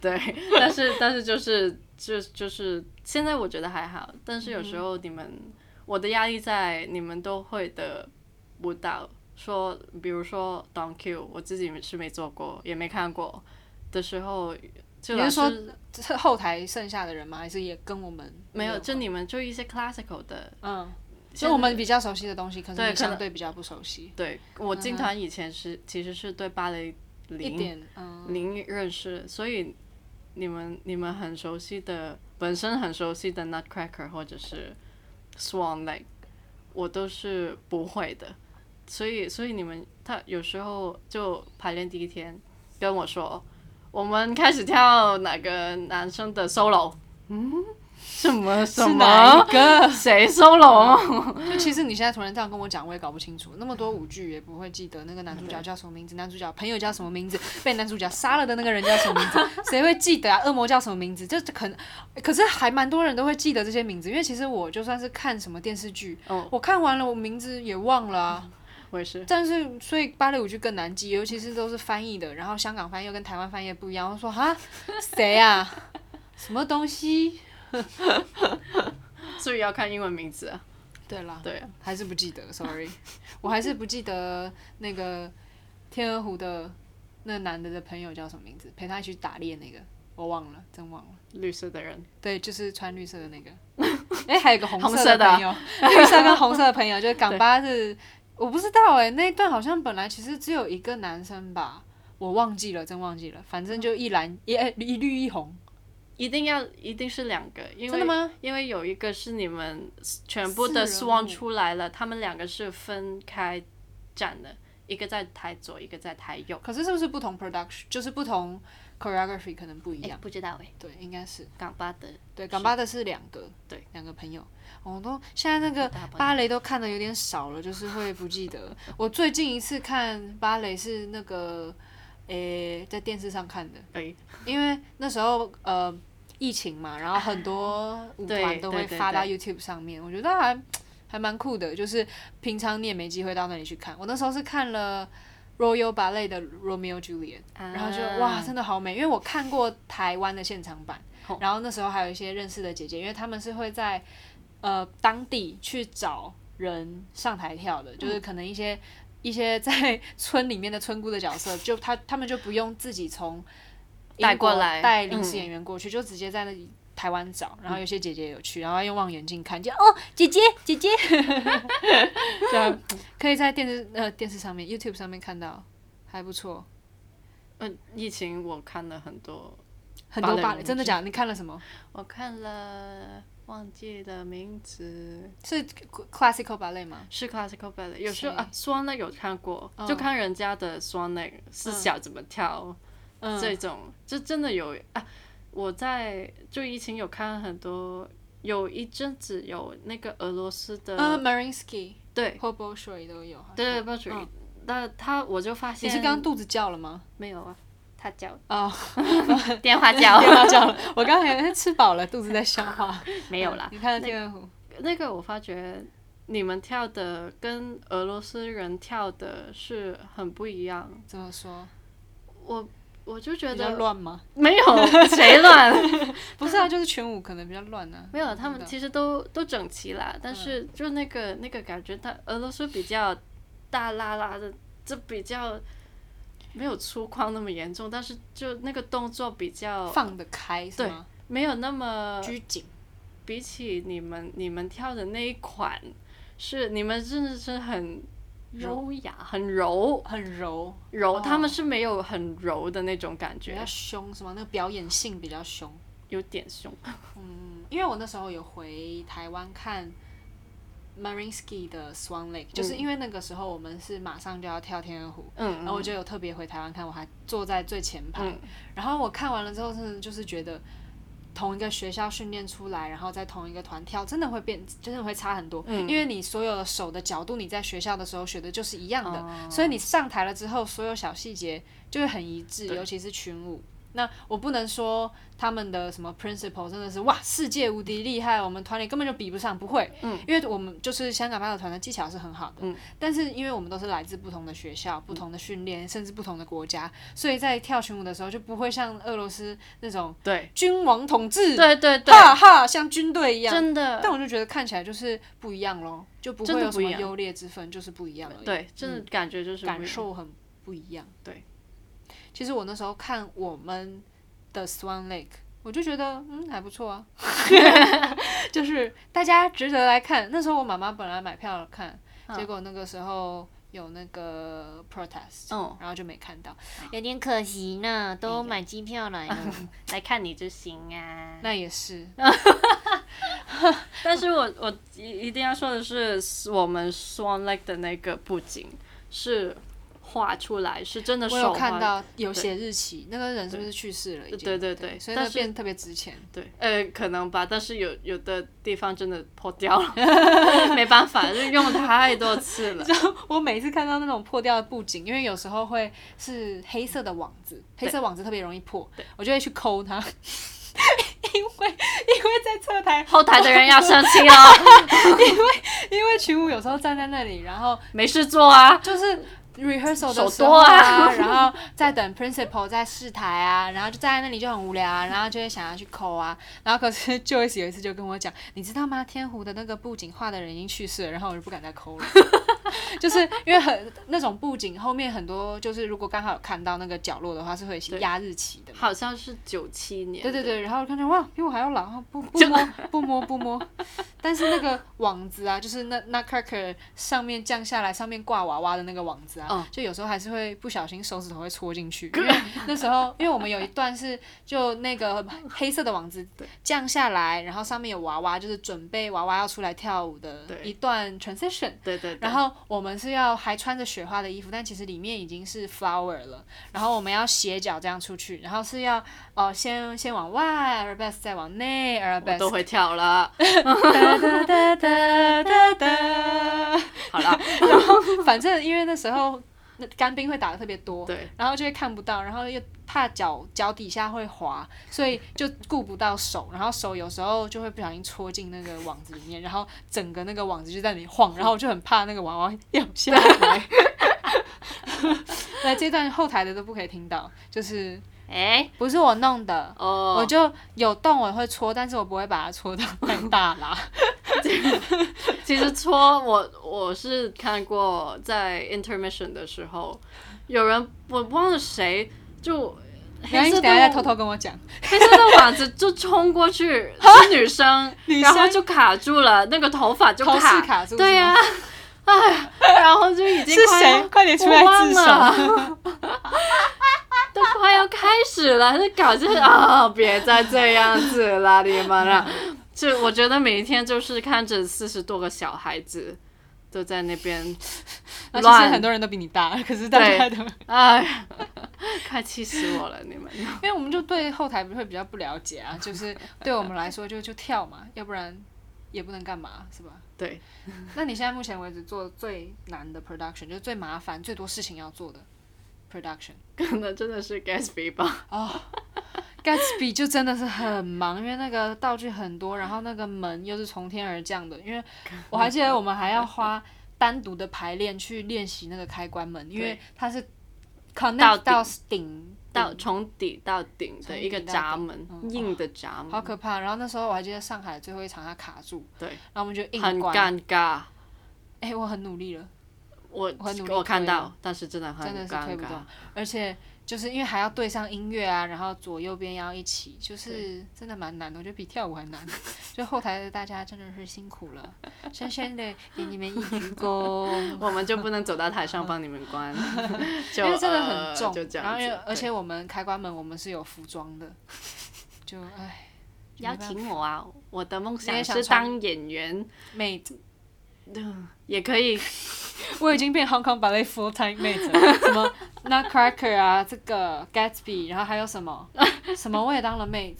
Speaker 2: 对，但是但是就是就就是现在我觉得还好，但是有
Speaker 1: 嗯
Speaker 2: 时候你们、我的压力在你们都会的舞蹈，说比如说 Don Q，我自己是没做过也没看过的时候，就
Speaker 1: 你
Speaker 2: 老
Speaker 1: 是
Speaker 2: 师
Speaker 1: 说这是后台剩下的人吗？还是也跟我们
Speaker 2: 没有，就
Speaker 1: 真
Speaker 2: 你们就一些 classical 的，
Speaker 1: 嗯，
Speaker 2: 现
Speaker 1: 就我们比较熟悉的东西，可是
Speaker 2: 对
Speaker 1: 你
Speaker 2: 可能
Speaker 1: 相对比较不熟悉
Speaker 2: 对我进团以前是、其实是对芭蕾
Speaker 1: 嗯一
Speaker 2: 零
Speaker 1: 点，嗯，
Speaker 2: 零认识，所以你们你们很熟悉的，本身很熟悉的 Nutcracker 或者是 Swan Lake，我都是不会的，所以所以你们他有时候就排练第一天跟我说，我们开始跳哪个男生的 solo，嗯， 什么什
Speaker 1: 是哪
Speaker 2: 么
Speaker 1: 一个？
Speaker 2: 谁 solo？
Speaker 1: 就其实你现在突然这样跟我讲，我也搞不清楚，那么多舞剧也不会记得那个男主角叫什么名字，男主角朋友叫什么名字，被男主角杀了的那个人叫什么名字，谁会记得啊？ 恶魔叫什么名字？这这可能，可是还蛮多人都会记得这些名字，因为其实我就算是看什么电视剧，
Speaker 2: 哦，
Speaker 1: 我看完了我名字也忘了啊。
Speaker 2: 我也是。
Speaker 1: 但是所以芭蕾舞剧更难记，尤其是都是翻译的，然后香港翻译又跟台湾翻译不一样。我说哈，谁呀、什么东西？
Speaker 2: 所以要看英文名字啊。
Speaker 1: 对啦，
Speaker 2: 对啊，
Speaker 1: 还是不记得，sorry，我 还是不记得那个天鹅湖的那男的的朋友叫什么名字，陪他一起打猎那个，我忘了，真忘了。
Speaker 2: 绿色的人，
Speaker 1: 对，就是穿绿色的 那个。哎、还有一个红
Speaker 2: 红
Speaker 1: 色
Speaker 2: 色的
Speaker 1: 的 朋友，绿色跟红色的朋友，就是港巴是，我不知道哎、那一段好像本来其实只有一个男生吧，我忘记了，真忘记了，反正就一蓝一哎一绿一红，
Speaker 2: 一定要一定是两个，因为
Speaker 1: 真的吗？
Speaker 2: 因为有一个是你们全部的
Speaker 1: 四人
Speaker 2: swan
Speaker 1: 舞
Speaker 2: 出来了，他们两个是分开站的，一个在台左，一个在台右。
Speaker 1: 可是是不是不同 production 就是不同 choreography 可能不一
Speaker 2: 哎
Speaker 1: 样？
Speaker 2: 不知道哎，哎
Speaker 1: 对，应该是
Speaker 2: 港巴的
Speaker 1: 对，港巴的是两个，
Speaker 2: 对，
Speaker 1: 两个朋友。我、都现在那个
Speaker 2: 大班
Speaker 1: 芭蕾都看的有点少了，就是会不记得。我最近一次看芭蕾是那个，诶、在电视上看的，
Speaker 2: 哎，
Speaker 1: 因为那时候呃，疫情嘛，然后很多舞
Speaker 2: 对
Speaker 1: 团都
Speaker 2: 对
Speaker 1: 会
Speaker 2: 对
Speaker 1: 发到
Speaker 2: 对
Speaker 1: YouTube 上面，我觉得还还蛮酷的。就是平常你也没机会到那里去看，我那时候是看了 Royal Ballet 的 Romeo Juliet，然哎后就
Speaker 2: 啊
Speaker 1: 哇，真的好美，因为我看过台湾的现场版，
Speaker 2: 哦
Speaker 1: 然后那时候还有一些认识的姐姐，因为他们是会在呃当地去找人上台跳
Speaker 2: 嗯
Speaker 1: 的，就是可能一些、一些在村里面的村姑的角色，就他他们就不用自己从英
Speaker 2: 带过
Speaker 1: 国
Speaker 2: 来
Speaker 1: 带
Speaker 2: 嗯
Speaker 1: 临时演员过去，就直接在那里。台湾找，然后有些姐姐有去，然后用望远镜看见哦，姐姐姐 姐， 这样可以在电视呃电视上面 YouTube 上面看到，还不错。
Speaker 2: 嗯，疫情我看了很多，
Speaker 1: 很多
Speaker 2: 芭蕾
Speaker 1: 芭
Speaker 2: 舞
Speaker 1: 蕾，真的
Speaker 2: 剧
Speaker 1: 假的？你看了什么？
Speaker 2: 我看了忘记了名字，
Speaker 1: 是 classical ballet 吗？
Speaker 2: 是 classical ballet，有时候
Speaker 1: 谁
Speaker 2: 啊 s w a n e 有看过，就看人家的 s w a n e 是想怎么跳，
Speaker 1: 嗯，
Speaker 2: 这种就真的有啊。我在就疫情有看很多，有一阵子有那个俄罗斯的，
Speaker 1: 呃，Marinsky、
Speaker 2: 对
Speaker 1: h o b o s h o y 都有。好像
Speaker 2: 对对，不属于
Speaker 1: 嗯。
Speaker 2: 那他我就发
Speaker 1: 你
Speaker 2: 现
Speaker 1: 是刚刚肚子叫了吗？
Speaker 2: 没有啊，他叫
Speaker 1: 哦，
Speaker 2: 电话 叫
Speaker 1: 电话叫了。 我刚才吃饱了，肚子在消 化。
Speaker 2: 没有啦。
Speaker 1: 你看到天鹅湖？
Speaker 2: 那个我发觉你们跳的跟俄罗斯人跳的是很不一样，
Speaker 1: 怎么说？
Speaker 2: 我我就觉
Speaker 1: 比较
Speaker 2: 得
Speaker 1: 乱吗？
Speaker 2: 没有谁乱，
Speaker 1: 不是啊，就是群舞可能比较乱啊。
Speaker 2: 没有，他们
Speaker 1: 真的嗯
Speaker 2: 其实都都整齐啦，但是就那个、那个感觉，他俄罗斯比较大拉拉的，就比较没有粗犷那么严重，但是就那个动作比较
Speaker 1: 放得开是
Speaker 2: 对
Speaker 1: 吗？
Speaker 2: 没有那么，
Speaker 1: 拘谨。
Speaker 2: 比起你们你们跳的那一款，是你们真的是很优雅，很柔
Speaker 1: 很柔，
Speaker 2: 柔，
Speaker 1: 哦
Speaker 2: 他们是没有很柔的那种感
Speaker 1: 比
Speaker 2: 觉
Speaker 1: 较，凶是吗？那个表演性比较凶。
Speaker 2: 有点凶。
Speaker 1: 嗯，因为我那时候有回台湾看 Marinsky 的 Swan Lake，就是因为那个时候我们是马上就要跳天鹅湖，
Speaker 2: 嗯，
Speaker 1: 然后我哦就有特别回台湾看，我还坐在最前排。
Speaker 2: 嗯
Speaker 1: 然后我看完了之后，真的就是觉得同一个学校训练出来，然后在同一个团跳，真的会变，真的会差很多。因为你所有的手的角度，你在学校的时候学的就是一样的，所以你上台了之后，所有小细节就会很一致，尤其是群舞。那我不能说他们的什么 principle 真的是哇世界无敌厉害，我们团里根本就比不上，不会，嗯，因为我们就是香港芭蕾团的技巧是很好的，但是因为我们都是来自不同的学校、不同的训练，甚至不同的国家，所以在跳群舞的时候就不会像俄罗斯那种
Speaker 2: 对
Speaker 1: 君王统治，
Speaker 2: 对对对，
Speaker 1: 哈哈，像军队一样。
Speaker 2: 真的。
Speaker 1: 但我就觉得看起来就是不一样咯，就不
Speaker 2: 真
Speaker 1: 会
Speaker 2: 的
Speaker 1: 有
Speaker 2: 不
Speaker 1: 什
Speaker 2: 一
Speaker 1: 么
Speaker 2: 样
Speaker 1: 优劣之分，就是不一样而已。
Speaker 2: 对，真的感觉就是不
Speaker 1: 嗯感
Speaker 2: 一样
Speaker 1: 受很不一样。
Speaker 2: 对，
Speaker 1: 其实我那时候看我们的 Swan Lake，我就觉得嗯还不错 啊，就是大家值得来看。那时候我妈妈本来买票看，
Speaker 2: 嗯
Speaker 1: 结果那个时候有那个 protest，、
Speaker 2: 嗯
Speaker 1: 然后就没看到。
Speaker 3: 有点可惜呢，
Speaker 2: 哎
Speaker 3: 都买机票 来了，
Speaker 2: 来看你就行啊。
Speaker 1: 那也是，
Speaker 2: 但是我我一一定要说的是，我们 Swan Lake 的那个布景是画出来，是真的
Speaker 1: 我
Speaker 2: 手
Speaker 1: 有
Speaker 2: 画
Speaker 1: 看。到有写日期，那个人是不是去世了已经？
Speaker 2: 对对对
Speaker 1: 对，所以那
Speaker 2: 但是
Speaker 1: 变特别值钱。
Speaker 2: 对，呃，可能吧，但是有有的地方真的破掉了， 没办法，就用太多次了。
Speaker 1: 我每次看到那种破掉的布景，因为有时候会是黑色的网子，黑色网子特别容易破，我就会去抠它， 因为因为在侧台，
Speaker 2: 后台的人要生气了，
Speaker 1: 因为群舞有时候站在那里，然后
Speaker 2: 没事做啊。
Speaker 1: 就是 rehearsal 的
Speaker 2: 手
Speaker 1: 时
Speaker 2: 多
Speaker 1: 候
Speaker 2: 啊
Speaker 1: 然后在等 principal 在试台啊，然后就站在那里就很无聊啊，然后就会想要去抠啊，然后可是 Joyce 有一次就跟我讲，你知道吗？天湖的那个布景画的人已经去世了，然后我就不敢再抠了。 就是因为很那种布景后面很多，就是如果刚好有看到那个角落的话，是会压日期的嘛。
Speaker 2: 好像是九七年，
Speaker 1: 对对，对，然后看见哇，比我还要老，啊不不摸不摸不摸。 但是那个网子啊，就是那那 cracker 上面降下来，上面挂娃娃的那个网子啊，
Speaker 2: 嗯
Speaker 1: 就有时候还是会不小心手指头会戳进 去，因为那时候因为我们有一段是就那个黑色的网子降下来，然后上面有娃娃，就是准备娃娃要出来跳舞的
Speaker 2: 对
Speaker 1: 一段 transition。
Speaker 2: 对对对
Speaker 1: 然后我们是要还穿着雪花的衣服，但其实里面已经是 flower 了。然后我们要斜脚这样出去，然后是要哦，先先往外 arabesque，再往内
Speaker 2: 我
Speaker 1: arabesque。
Speaker 2: 都会跳了。
Speaker 1: 哒哒 哒哒哒哒。
Speaker 2: 好了，
Speaker 1: 反正因为那时候那干冰会打的特别多，
Speaker 2: 对，
Speaker 1: 然后就会看不到，然后又怕脚脚底下会滑，所以就顾不到手，然后手有时候就会不小心戳进那个网子里面，然后整个那个网子就在那里晃，然后我就很怕那个娃娃掉下来。那这段后台的都不可以听到，就是
Speaker 3: 哎，
Speaker 1: 不是我弄的，我
Speaker 2: 哦，
Speaker 1: 就有洞我会戳，但是我不会把它戳到太大
Speaker 2: 哦
Speaker 1: 啦。
Speaker 2: 其实搓我我是看过，在 intermission 的时候，有人我忘了谁就
Speaker 1: 然后
Speaker 2: 黑
Speaker 1: 你
Speaker 2: 色
Speaker 1: 等一
Speaker 2: 的
Speaker 1: 下再偷偷跟我讲，
Speaker 2: 黑色的网子就冲过 去，是女生，
Speaker 1: 女
Speaker 2: 然后
Speaker 1: 生
Speaker 2: 就卡住了，那个头发就
Speaker 1: 头饰
Speaker 2: 卡，
Speaker 1: 卡住
Speaker 2: 对啊
Speaker 1: 是
Speaker 2: 呀、
Speaker 1: 吗
Speaker 2: 哎，然后就已经
Speaker 1: 是
Speaker 2: 快
Speaker 1: 谁
Speaker 2: 要
Speaker 1: 快点出来
Speaker 2: 我忘
Speaker 1: 自首
Speaker 2: 了都快要开始了，就搞这啊、别再这样子了，你们啊！ 就我觉得每一天就是看着四十多个小孩子都在那边
Speaker 1: 那其实
Speaker 2: 乱
Speaker 1: 很多人都比你大，可是大家都， 因
Speaker 2: 哎，快气死我了，你 们！
Speaker 1: 为我们就对后台会比较不了解啊，就是对我们来说就就跳嘛，要不然也不能干嘛，是吧？
Speaker 2: 对，
Speaker 1: 那你现在目前为止做最难的 production，就是最麻烦、最多事情要做的 production。
Speaker 2: 可能真的是 Gatsby 吧。
Speaker 1: Gatsby 就真的是很忙，因为那个道具很多，然后那个门又是从天而降的。因 为我还记得我们还要花单独的排练去练习那个开关门，因为
Speaker 2: 对
Speaker 1: 它是
Speaker 2: 到
Speaker 1: connect
Speaker 2: 底
Speaker 1: 到顶
Speaker 2: 到从底到顶的一个
Speaker 1: 从底到
Speaker 2: 闸
Speaker 1: 顶
Speaker 2: 门，
Speaker 1: 嗯
Speaker 2: 硬的闸门，
Speaker 1: 好可怕！然后那时候我还记得上海最后一场它卡住，
Speaker 2: 对，
Speaker 1: 然后我们就硬
Speaker 2: 很
Speaker 1: 关。
Speaker 2: 尴尬。
Speaker 1: 哎、我很努力了，
Speaker 2: 我
Speaker 1: 我很努力
Speaker 2: 我看
Speaker 1: 推
Speaker 2: 到，但是真的很
Speaker 1: 真的是推
Speaker 2: 尴
Speaker 1: 不
Speaker 2: 尬
Speaker 1: 动。，而且就是因为还要对上音乐啊，然后左右边要一起，就是真的蛮难的，我觉得比跳舞还难。 就后台的大家真的是辛苦了， 深深的给你们一鞠躬。
Speaker 2: 我们就不能走到台上帮你们 关， 就
Speaker 1: 因为真的
Speaker 2: 呃
Speaker 1: 很重，
Speaker 2: 就这
Speaker 1: 然
Speaker 2: 样
Speaker 1: 后因为
Speaker 2: 子
Speaker 1: 而且
Speaker 2: 对
Speaker 1: 我们开关门，我们是有服装的，就 哎，没
Speaker 2: 邀
Speaker 1: 办法
Speaker 2: 请我啊，我的梦
Speaker 1: 你也
Speaker 2: 想
Speaker 1: 想
Speaker 2: 是
Speaker 1: 穿
Speaker 2: 当演员，
Speaker 1: mate，
Speaker 2: 也 可以
Speaker 1: 我已经变 Hong Kong Ballet full time mate 了，什么 Nutcracker 啊，这个 Gatsby，然后还有什么 什么我也当了 mate，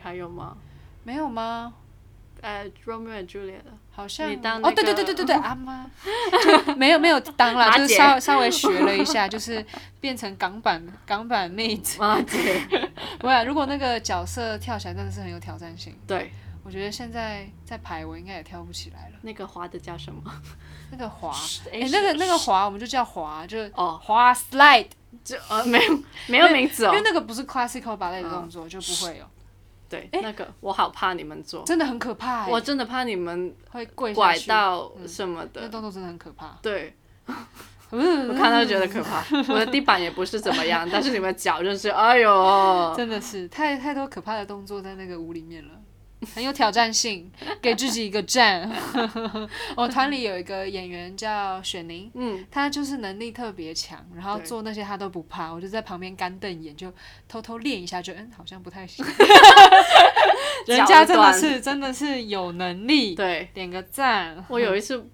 Speaker 2: 还有吗？
Speaker 1: 没有吗？
Speaker 2: 呃，Romeo and Juliet 的
Speaker 1: 好像
Speaker 2: 你当那
Speaker 1: 哦，对对对对对 对，
Speaker 2: 个
Speaker 1: 阿妈就 没有没有当啦，
Speaker 2: 马
Speaker 1: 就是
Speaker 2: 姐
Speaker 1: 稍稍微学了一下， 就是变成港版港版 mate。
Speaker 2: 马姐，
Speaker 1: 不然如果那个角色跳起来真的是很有挑战性，
Speaker 2: 对，
Speaker 1: 我觉得现在在排我应该也跳不起来了。
Speaker 2: 那个花的叫什么？
Speaker 1: 那个滑，哎、
Speaker 2: 诶
Speaker 1: 那个
Speaker 2: 是
Speaker 1: 那个滑我们就叫滑，就是
Speaker 2: 哦，
Speaker 1: 滑 slide，
Speaker 2: 就呃 没有没有名字
Speaker 1: 因
Speaker 2: 哦嗯
Speaker 1: 为，那个不是 classical ballet 的动作，就不会有。
Speaker 2: 对，那个我好怕你们做，
Speaker 1: 真的很可怕、欸，
Speaker 2: 哦我真的怕你们
Speaker 1: 会跪下
Speaker 2: 拐
Speaker 1: 去，嗯
Speaker 2: 到什么
Speaker 1: 那
Speaker 2: 的，
Speaker 1: 动作真的很可怕。
Speaker 2: 对。 我
Speaker 1: 嗯，
Speaker 2: 看到就觉得可怕，我的地板也不是怎么样，但是你们脚就是，哎呦，
Speaker 1: 真的是太太多可怕的动作在那个舞里面了。很有挑战性，给自己一个赞。 我团里有一个演员叫雪宁，
Speaker 2: 嗯，
Speaker 1: 他就是能力特别强，然后
Speaker 2: 对
Speaker 1: 做那些他都不怕，我就在旁边干瞪眼，就偷偷练一下，就嗯好像不太 行。人家真的是真的是有能力，
Speaker 2: 对
Speaker 1: 点个赞。
Speaker 2: 我有一次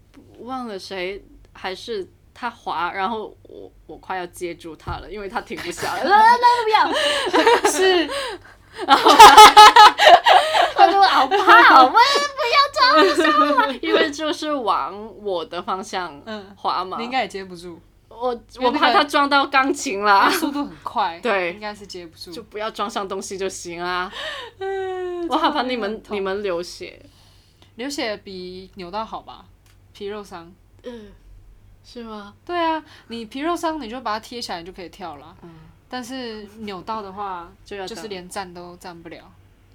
Speaker 2: 忘了谁，还是他滑，然后我我快要接住他了，因为他停不下 来，啊
Speaker 1: 是
Speaker 3: 我都好怕，我
Speaker 2: 因为就是往我的方向
Speaker 1: 嗯
Speaker 2: 滑嘛
Speaker 1: 你，应该也接不 住，
Speaker 2: 我
Speaker 1: 因为
Speaker 2: 我
Speaker 1: 那
Speaker 2: 怕
Speaker 1: 个
Speaker 2: 他撞到钢琴啦，
Speaker 1: 速度很快，
Speaker 2: 对
Speaker 1: 应该是接不住。
Speaker 2: 就不要撞上东西就行 啦。我好怕你们你们流血，
Speaker 1: 流血比扭到好吧？皮肉伤。
Speaker 2: 嗯，是吗？
Speaker 1: 对啊，你皮肉伤你就把它贴起来，你就可以跳了。但是扭到嗯的 话，
Speaker 2: 就要
Speaker 1: 就是
Speaker 2: 等
Speaker 1: 连站都站不了。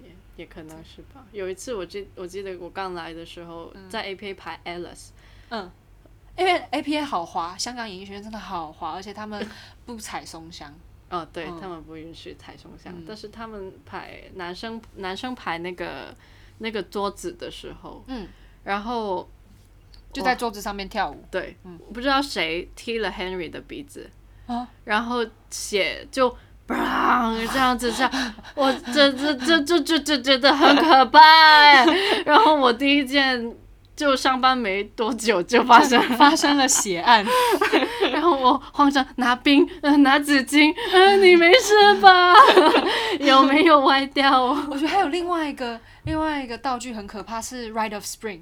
Speaker 2: 也也可能是吧。有一次我记我记得我刚来的时候，
Speaker 1: 嗯
Speaker 2: 在 APA 排 Alice，
Speaker 1: 因为 APA 好滑，香港演艺学院真的好滑，而且他 们不踩松香。
Speaker 2: 哦，对、
Speaker 1: 嗯
Speaker 2: 他们不允许踩松香，
Speaker 1: 嗯
Speaker 2: 但是他们排男生男生排那个那个桌子的时候，
Speaker 1: 嗯，
Speaker 2: 然后
Speaker 1: 就在桌子上面跳舞。
Speaker 2: 对，我不知道谁踢了 Henry 的鼻子，
Speaker 1: 嗯啊
Speaker 2: 然后血就。砰！这样子下，我这这这这这这真的很可怕欸。 然后我第一件就上班没多久就发生了
Speaker 1: 发生了血 案，
Speaker 2: 然后我慌张拿冰，呃，拿纸巾，呃，你没事吧？ 有没有歪掉？
Speaker 1: 我觉得还有另外一个另外一个道具很可怕，是 Rite of Spring，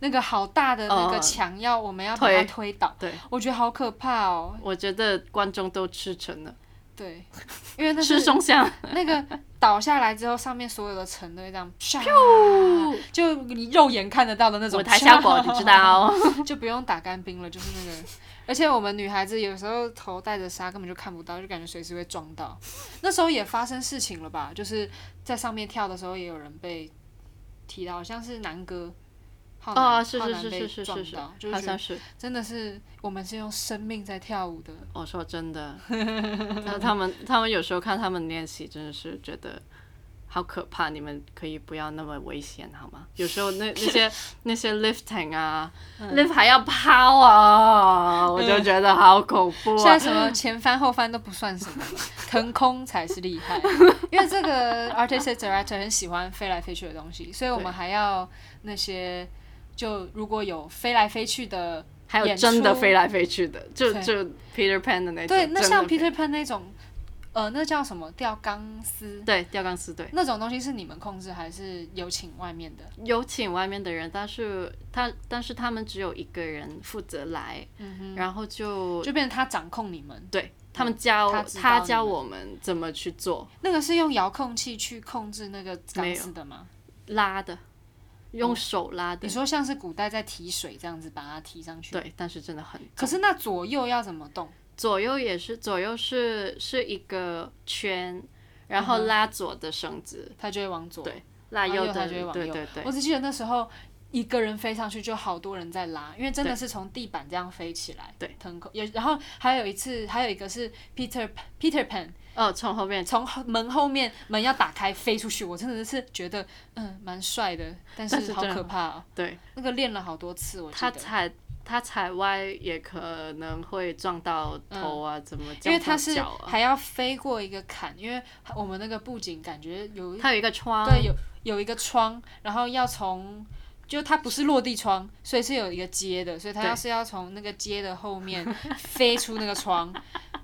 Speaker 1: 那个好大的那个
Speaker 2: 哦
Speaker 1: 墙要我们要把它
Speaker 2: 推
Speaker 1: 推倒，
Speaker 2: 对，
Speaker 1: 我觉得好可怕哦。
Speaker 2: 我觉得观众都吃撑了，
Speaker 1: 对，因为那
Speaker 2: 吃
Speaker 1: 是
Speaker 2: 中香。
Speaker 1: 那个倒下来之后，上面所有的尘都会这样啪，就你肉眼看得到的那种
Speaker 2: 我台下果，你 知道？哦
Speaker 1: 就不用打干冰了，就是那个。而且我们女孩子有时候头戴着纱根本就看不到，就感觉随时会撞到。那时候也发生事情了吧？就是在上面跳的时候，也有人被踢到，好像是南哥。浩南
Speaker 2: 哦，是
Speaker 1: 浩
Speaker 2: 是
Speaker 1: 南
Speaker 2: 是
Speaker 1: 被
Speaker 2: 是是是
Speaker 1: 撞
Speaker 2: 是
Speaker 1: 到，就，
Speaker 2: 好
Speaker 1: 是觉
Speaker 2: 像
Speaker 1: 得
Speaker 2: 是。
Speaker 1: 真的是我们是用生命在跳舞的。
Speaker 2: 我说 真的，那他们他们有时候看他们练习，真的是觉得好可怕。你们可以不要那么危险好吗？有时候那那 些那些 lifting 啊、l
Speaker 1: 嗯
Speaker 2: i f t 还要抛啊，我就觉得好恐怖
Speaker 1: 现
Speaker 2: 啊
Speaker 1: 在！什 么前翻后翻都不算什么，腾空才是厉害。因为这个 artistic director 很喜欢飞来飞去的东西，所以我们
Speaker 2: 对
Speaker 1: 还要那些就如果有飞来飞去的，
Speaker 2: 还有
Speaker 1: 演
Speaker 2: 真的
Speaker 1: 出
Speaker 2: 飞来飞去的，就
Speaker 1: 对
Speaker 2: 就 Peter Pan 的那种。
Speaker 1: 对，那
Speaker 2: 真的
Speaker 1: 像
Speaker 2: 飞
Speaker 1: Peter Pan 那种，呃，那叫什么吊钢丝
Speaker 2: 对吊钢丝对，
Speaker 1: 那种东西是你们控制还是有请外面的？
Speaker 2: 有请外面的人，但是他但是他们只有一个人负责来，然后嗯就
Speaker 1: 就变成他掌控你们，
Speaker 2: 对他们教
Speaker 1: 他知道
Speaker 2: 他
Speaker 1: 你
Speaker 2: 教
Speaker 1: 们
Speaker 2: 我们怎么去做。
Speaker 1: 那个是用遥控器去控制那个钢丝的吗？
Speaker 2: 拉的，用手拉的。
Speaker 1: 你说像是古代在提水这样子把它提上去，
Speaker 2: 对，但是真的很
Speaker 1: 可是那左右要怎么动？
Speaker 2: 左右也是左右是是一个圈，然后拉左的绳子，
Speaker 1: 它就会往左。
Speaker 2: 对拉
Speaker 1: 然后右
Speaker 2: 的，
Speaker 1: 它就会
Speaker 2: 对
Speaker 1: 往
Speaker 2: 对
Speaker 1: 右
Speaker 2: 对对
Speaker 1: 我只记得那时候一个人飞上去就好多人在拉，因为真的是从地板这样飞起来。
Speaker 2: 对，
Speaker 1: 腾空也，然后还有一次，还有一个是 Peter Peter Pan
Speaker 2: 哦，从后面，
Speaker 1: 从后门后面门要打开飞出去，我真的是觉得嗯蛮帅的，但
Speaker 2: 但
Speaker 1: 是
Speaker 2: 是
Speaker 1: 好
Speaker 2: 真的
Speaker 1: 可怕、哦。
Speaker 2: 对
Speaker 1: 那个练了好多次，我记
Speaker 2: 他
Speaker 1: 得，
Speaker 2: 踩他踩歪也可能会撞到头啊，怎么
Speaker 1: 嗯因为
Speaker 2: 他
Speaker 1: 他是
Speaker 2: 脚啊，
Speaker 1: 还要飞过一个坎，因为我们那个布景感觉有一
Speaker 2: 他有一个窗，
Speaker 1: 对，有有一个窗，然后要从，就它不是落地窗，所以是有一个接的，所以它
Speaker 2: 对
Speaker 1: 要是要从那个接的后面飞出那个窗，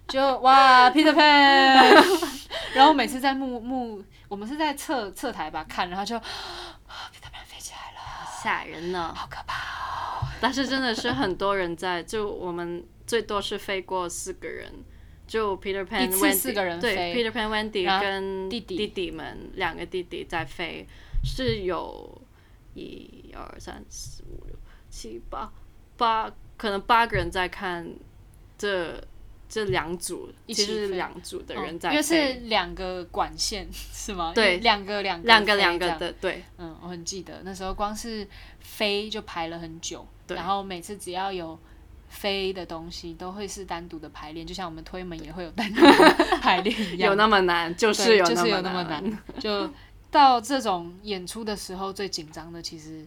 Speaker 1: 就哇 Peter Pan，然 后每次在幕幕，我们是在侧侧台吧看，然后就 Peter Pan 飞起来了，
Speaker 2: 吓人呢。
Speaker 1: 好可怕，哦
Speaker 2: 但是真的是很多人在，就我们最多是飞过四个人，就 Peter Pan
Speaker 1: 一
Speaker 2: Wendy,
Speaker 1: 次四个人
Speaker 2: 对
Speaker 1: 飞
Speaker 2: Peter Pan Wendy
Speaker 1: 然后
Speaker 2: 跟
Speaker 1: 弟弟
Speaker 2: 弟弟们两个弟弟在飞，是有一二三四五六七八八，可能八个人在看这这两组，
Speaker 1: 一
Speaker 2: 其
Speaker 1: 起
Speaker 2: 实是
Speaker 1: 飞哦
Speaker 2: 两组的人
Speaker 1: 嗯因
Speaker 2: 在
Speaker 1: 为是
Speaker 2: 飞，
Speaker 1: 两个管线是吗？因
Speaker 2: 对
Speaker 1: 为两个两个
Speaker 2: 两个
Speaker 1: 飞这
Speaker 2: 两个
Speaker 1: 样
Speaker 2: 的对。
Speaker 1: 嗯，我很记得那时候光是飞就排了很久，
Speaker 2: 对
Speaker 1: 然后每次只要有飞的东西都会是单独的排练，就像我们推门也会有单独的排练一样，
Speaker 2: 有那么难，就
Speaker 1: 对
Speaker 2: 是 有
Speaker 1: 就是有
Speaker 2: 那
Speaker 1: 么。 难。就到这种演出的时候，最紧张的其实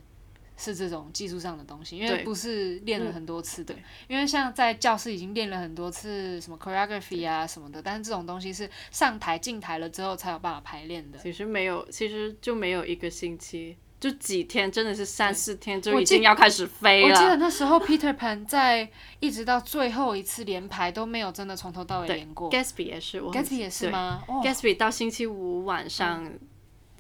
Speaker 1: 是这种技术上的东西，因为
Speaker 2: 对嗯
Speaker 1: 不是练了很多次的
Speaker 2: 对，
Speaker 1: 因为像在教室已经练了很多次什么 choreography 啊什么的，但是这种东西是上台进台了之后才有办法排练的。
Speaker 2: 其实没有，其实就没有一个星期，就几天，真的是三
Speaker 1: 对
Speaker 2: 四天
Speaker 1: 我
Speaker 2: 就已
Speaker 1: 记
Speaker 2: 经要开始飞
Speaker 1: 我记得
Speaker 2: 了。
Speaker 1: 那时候 Peter Pan 在一直到最后一次连排都没有真的从头到尾连过。
Speaker 2: Gatsby 也是，我很
Speaker 1: Gatsby 也是
Speaker 2: 对
Speaker 1: 吗？哦，
Speaker 2: ？Gatsby 到星期五晚上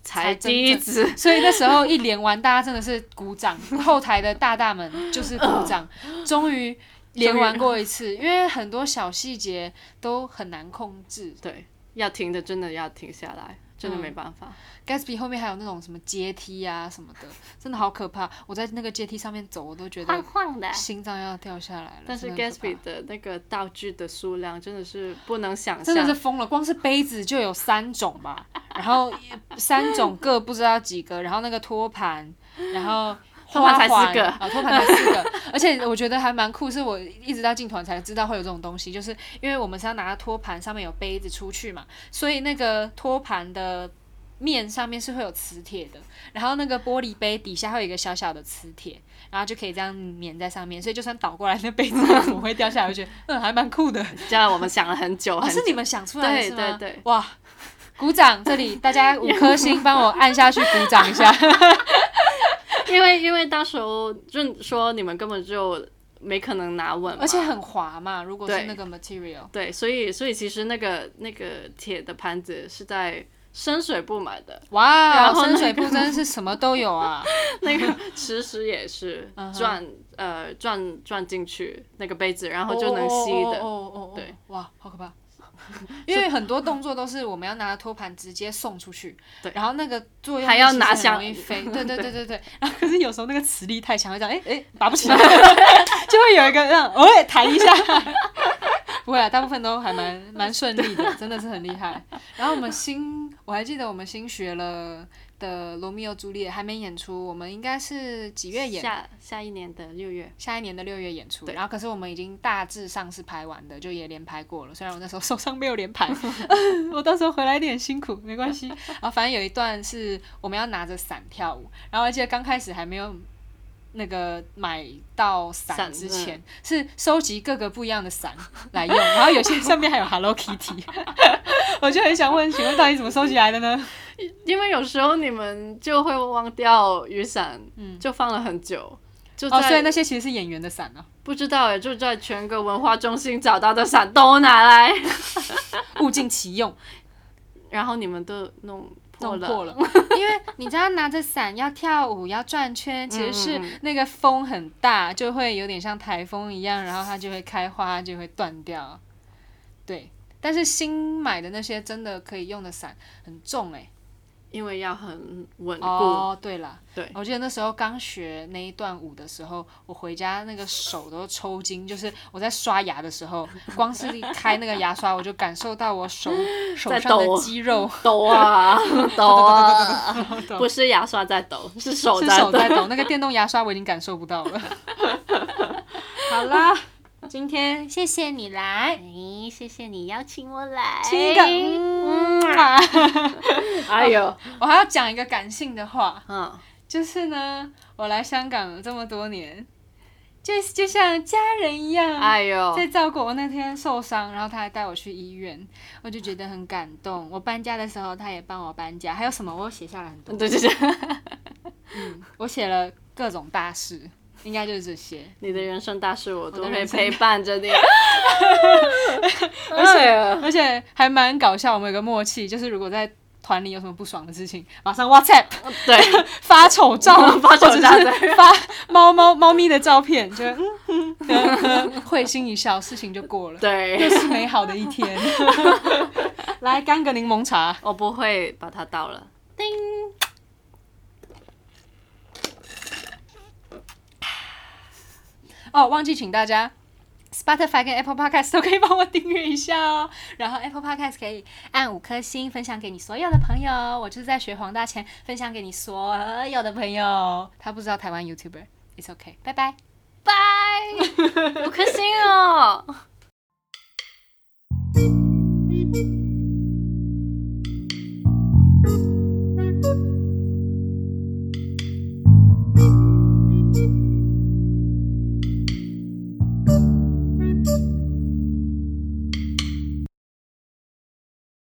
Speaker 2: 才
Speaker 1: 才真
Speaker 2: 第一
Speaker 1: 正
Speaker 2: 次，
Speaker 1: 所以那时候一连完，大家真的是鼓掌， 后台的大大们就是鼓 掌，终于连完过一次，因为很多小细节都很难控制。
Speaker 2: 对，要停的真的要停下来，真的没办法。
Speaker 1: Gatsby 后面还有那种什么阶梯啊什么的，真的好可怕！我在那个阶梯上面走，我都觉得
Speaker 2: 晃的
Speaker 1: 心脏要掉下来了。
Speaker 2: 但是
Speaker 1: 真的很可怕
Speaker 2: Gatsby 的那个道具的数量真的是不能想
Speaker 1: 真的是
Speaker 2: 象，
Speaker 1: 疯了，光是杯子就有三种吧，然后三种各不知道几个，然后那个托盘，然后
Speaker 2: 托盘才
Speaker 1: 花环
Speaker 2: 四个
Speaker 1: 啊，托盘才四个，而且我觉得还蛮酷，是我一直到进团才知道会有这种东西，就是因为我们是要拿托盘上面有杯子出去嘛，所以那个托盘的。面上面是会有磁铁的，然后那个玻璃杯底下会有一个小小的磁铁，然后就可以这样粘在上面，所以就算倒过来，那杯子 也不会掉下来。我觉得，嗯，还蛮酷的。
Speaker 2: 这样我们想了很久，
Speaker 1: 哦，
Speaker 2: 很
Speaker 1: 是
Speaker 2: 久
Speaker 1: 你们想出来的
Speaker 2: 对
Speaker 1: 是吗？
Speaker 2: 对对
Speaker 1: 哇， 鼓掌！这里大 家五颗星，帮我按下去鼓掌一下。
Speaker 2: 因为因为到时候就说你们根本就没可能拿稳嘛，
Speaker 1: 而且很滑嘛，如果是
Speaker 2: 对
Speaker 1: 那个 material，
Speaker 2: 对，所以所以其实那个那个铁的盘子是在深水部买的，
Speaker 1: 哇，
Speaker 2: 然后
Speaker 1: 深
Speaker 2: 那
Speaker 1: 水
Speaker 2: 个
Speaker 1: 埗真是什么都有啊！
Speaker 2: 那个其实也是转呃转转进去那个杯子，然后就能吸
Speaker 1: 哦
Speaker 2: 的。
Speaker 1: 哦哦，
Speaker 2: 对，
Speaker 1: 哇，好可怕！ 因为很多动作都是我们要拿托盘直接送出去，
Speaker 2: 对
Speaker 1: 然后那个作用
Speaker 2: 还要
Speaker 1: 力
Speaker 2: 拿
Speaker 1: 其实很
Speaker 2: 响
Speaker 1: 容易飞，
Speaker 2: 对
Speaker 1: 对对对对对。然后可是有时候那个磁力太强，会这样哎哎拔不起 来，就会有一个让偶尔弹一下。 不会啊，大部分都还蛮蛮顺利的，真的是很厉害。然后我们新，我还记得我们新学了的《罗密欧朱丽叶》还没演出，我们应该是几月演？
Speaker 2: 下下一年的六月，
Speaker 1: 下一年的六月演出，然后可是我们已经大致上是排完的，就也连排过了。虽然我那时候手上没有连排， 我到时候回来一点辛苦，没关系。然后反正有一段是我们要拿着伞跳舞，然后而且刚开始还没有那个买到伞
Speaker 2: 伞嗯
Speaker 1: 之前，是收集各个不一样的伞来用，然后有些上面还有 Hello Kitty，我就很想问，请问到底怎么收集来的呢？
Speaker 2: 因为有时候你们就会忘掉雨伞，就放了很久，就
Speaker 1: 哦，所以
Speaker 2: 在、
Speaker 1: 那些其实是演员的伞哦，
Speaker 2: 不知道哎，就在全国文化中心找到的伞都拿来，
Speaker 1: 物尽其用。
Speaker 2: 然后你们都弄破了，
Speaker 1: 了， 因为你知道拿着伞要跳舞要转圈，其实是
Speaker 2: 嗯嗯
Speaker 1: 那个风很大，就会有点像台风一样，然后它就会开花，就会断掉。对，但是新买的那些真的可以用的伞很重哎、
Speaker 2: 因为要很稳固。
Speaker 1: 哦，对了，
Speaker 2: 对
Speaker 1: 我记得那时候刚学那一段舞的时候，我回家那个手都抽筋，就是我在刷牙的时 候，光是一开那个牙刷，我就感受到我手手
Speaker 2: 在
Speaker 1: 上的
Speaker 2: 抖
Speaker 1: 肌肉
Speaker 2: 抖啊抖啊，不是牙刷在抖，是手
Speaker 1: 是
Speaker 2: 在
Speaker 1: 手
Speaker 2: 抖。
Speaker 1: 在抖，那个电动牙刷我已经感受不到了。好啦，今天
Speaker 3: 谢谢你来，哎，谢谢你邀请我来，
Speaker 1: 亲一个，嗯啊
Speaker 2: 哎呦，
Speaker 1: 我还要讲一个感性的话，
Speaker 2: 嗯，
Speaker 1: 就是呢，我来香港这么多年，就就像家人一样，
Speaker 2: 哎呦，
Speaker 1: 在照顾我那天受伤，然后他还带我去医院，我就觉得很感动。我搬家的时候，他也帮我搬家，还有什么我写下来很多，
Speaker 2: 对对对，
Speaker 1: 我写了各种大事，应该就是这些。
Speaker 2: 你的人生大事我都
Speaker 1: 的
Speaker 2: 会
Speaker 1: 人生
Speaker 2: 陪伴着你。哎呦，
Speaker 1: 而且还蛮搞笑，我们有个默契，就是如果在团里有什么不爽的事情，马上 WhatsApp
Speaker 2: 对，
Speaker 1: 发丑照，
Speaker 2: 发丑照
Speaker 1: 或者是发猫猫猫咪的照片，就嗯嗯呵呵会心一笑，事情就过了，又
Speaker 2: 对，
Speaker 1: 是美好的一天。 来干个柠檬茶，
Speaker 2: 我哦不会把它倒了。
Speaker 1: 哦，忘记请大家。Spotify 跟 Apple Podcast 都可以帮我订阅一下哦，然后 Apple Podcast 可以按五颗星分享给你所有的朋友，我就是在学黄大前分享给你所有的朋友。他不知道台湾 YouTuber，It's OK，拜拜。
Speaker 2: 拜，五颗星哦。
Speaker 3: Thank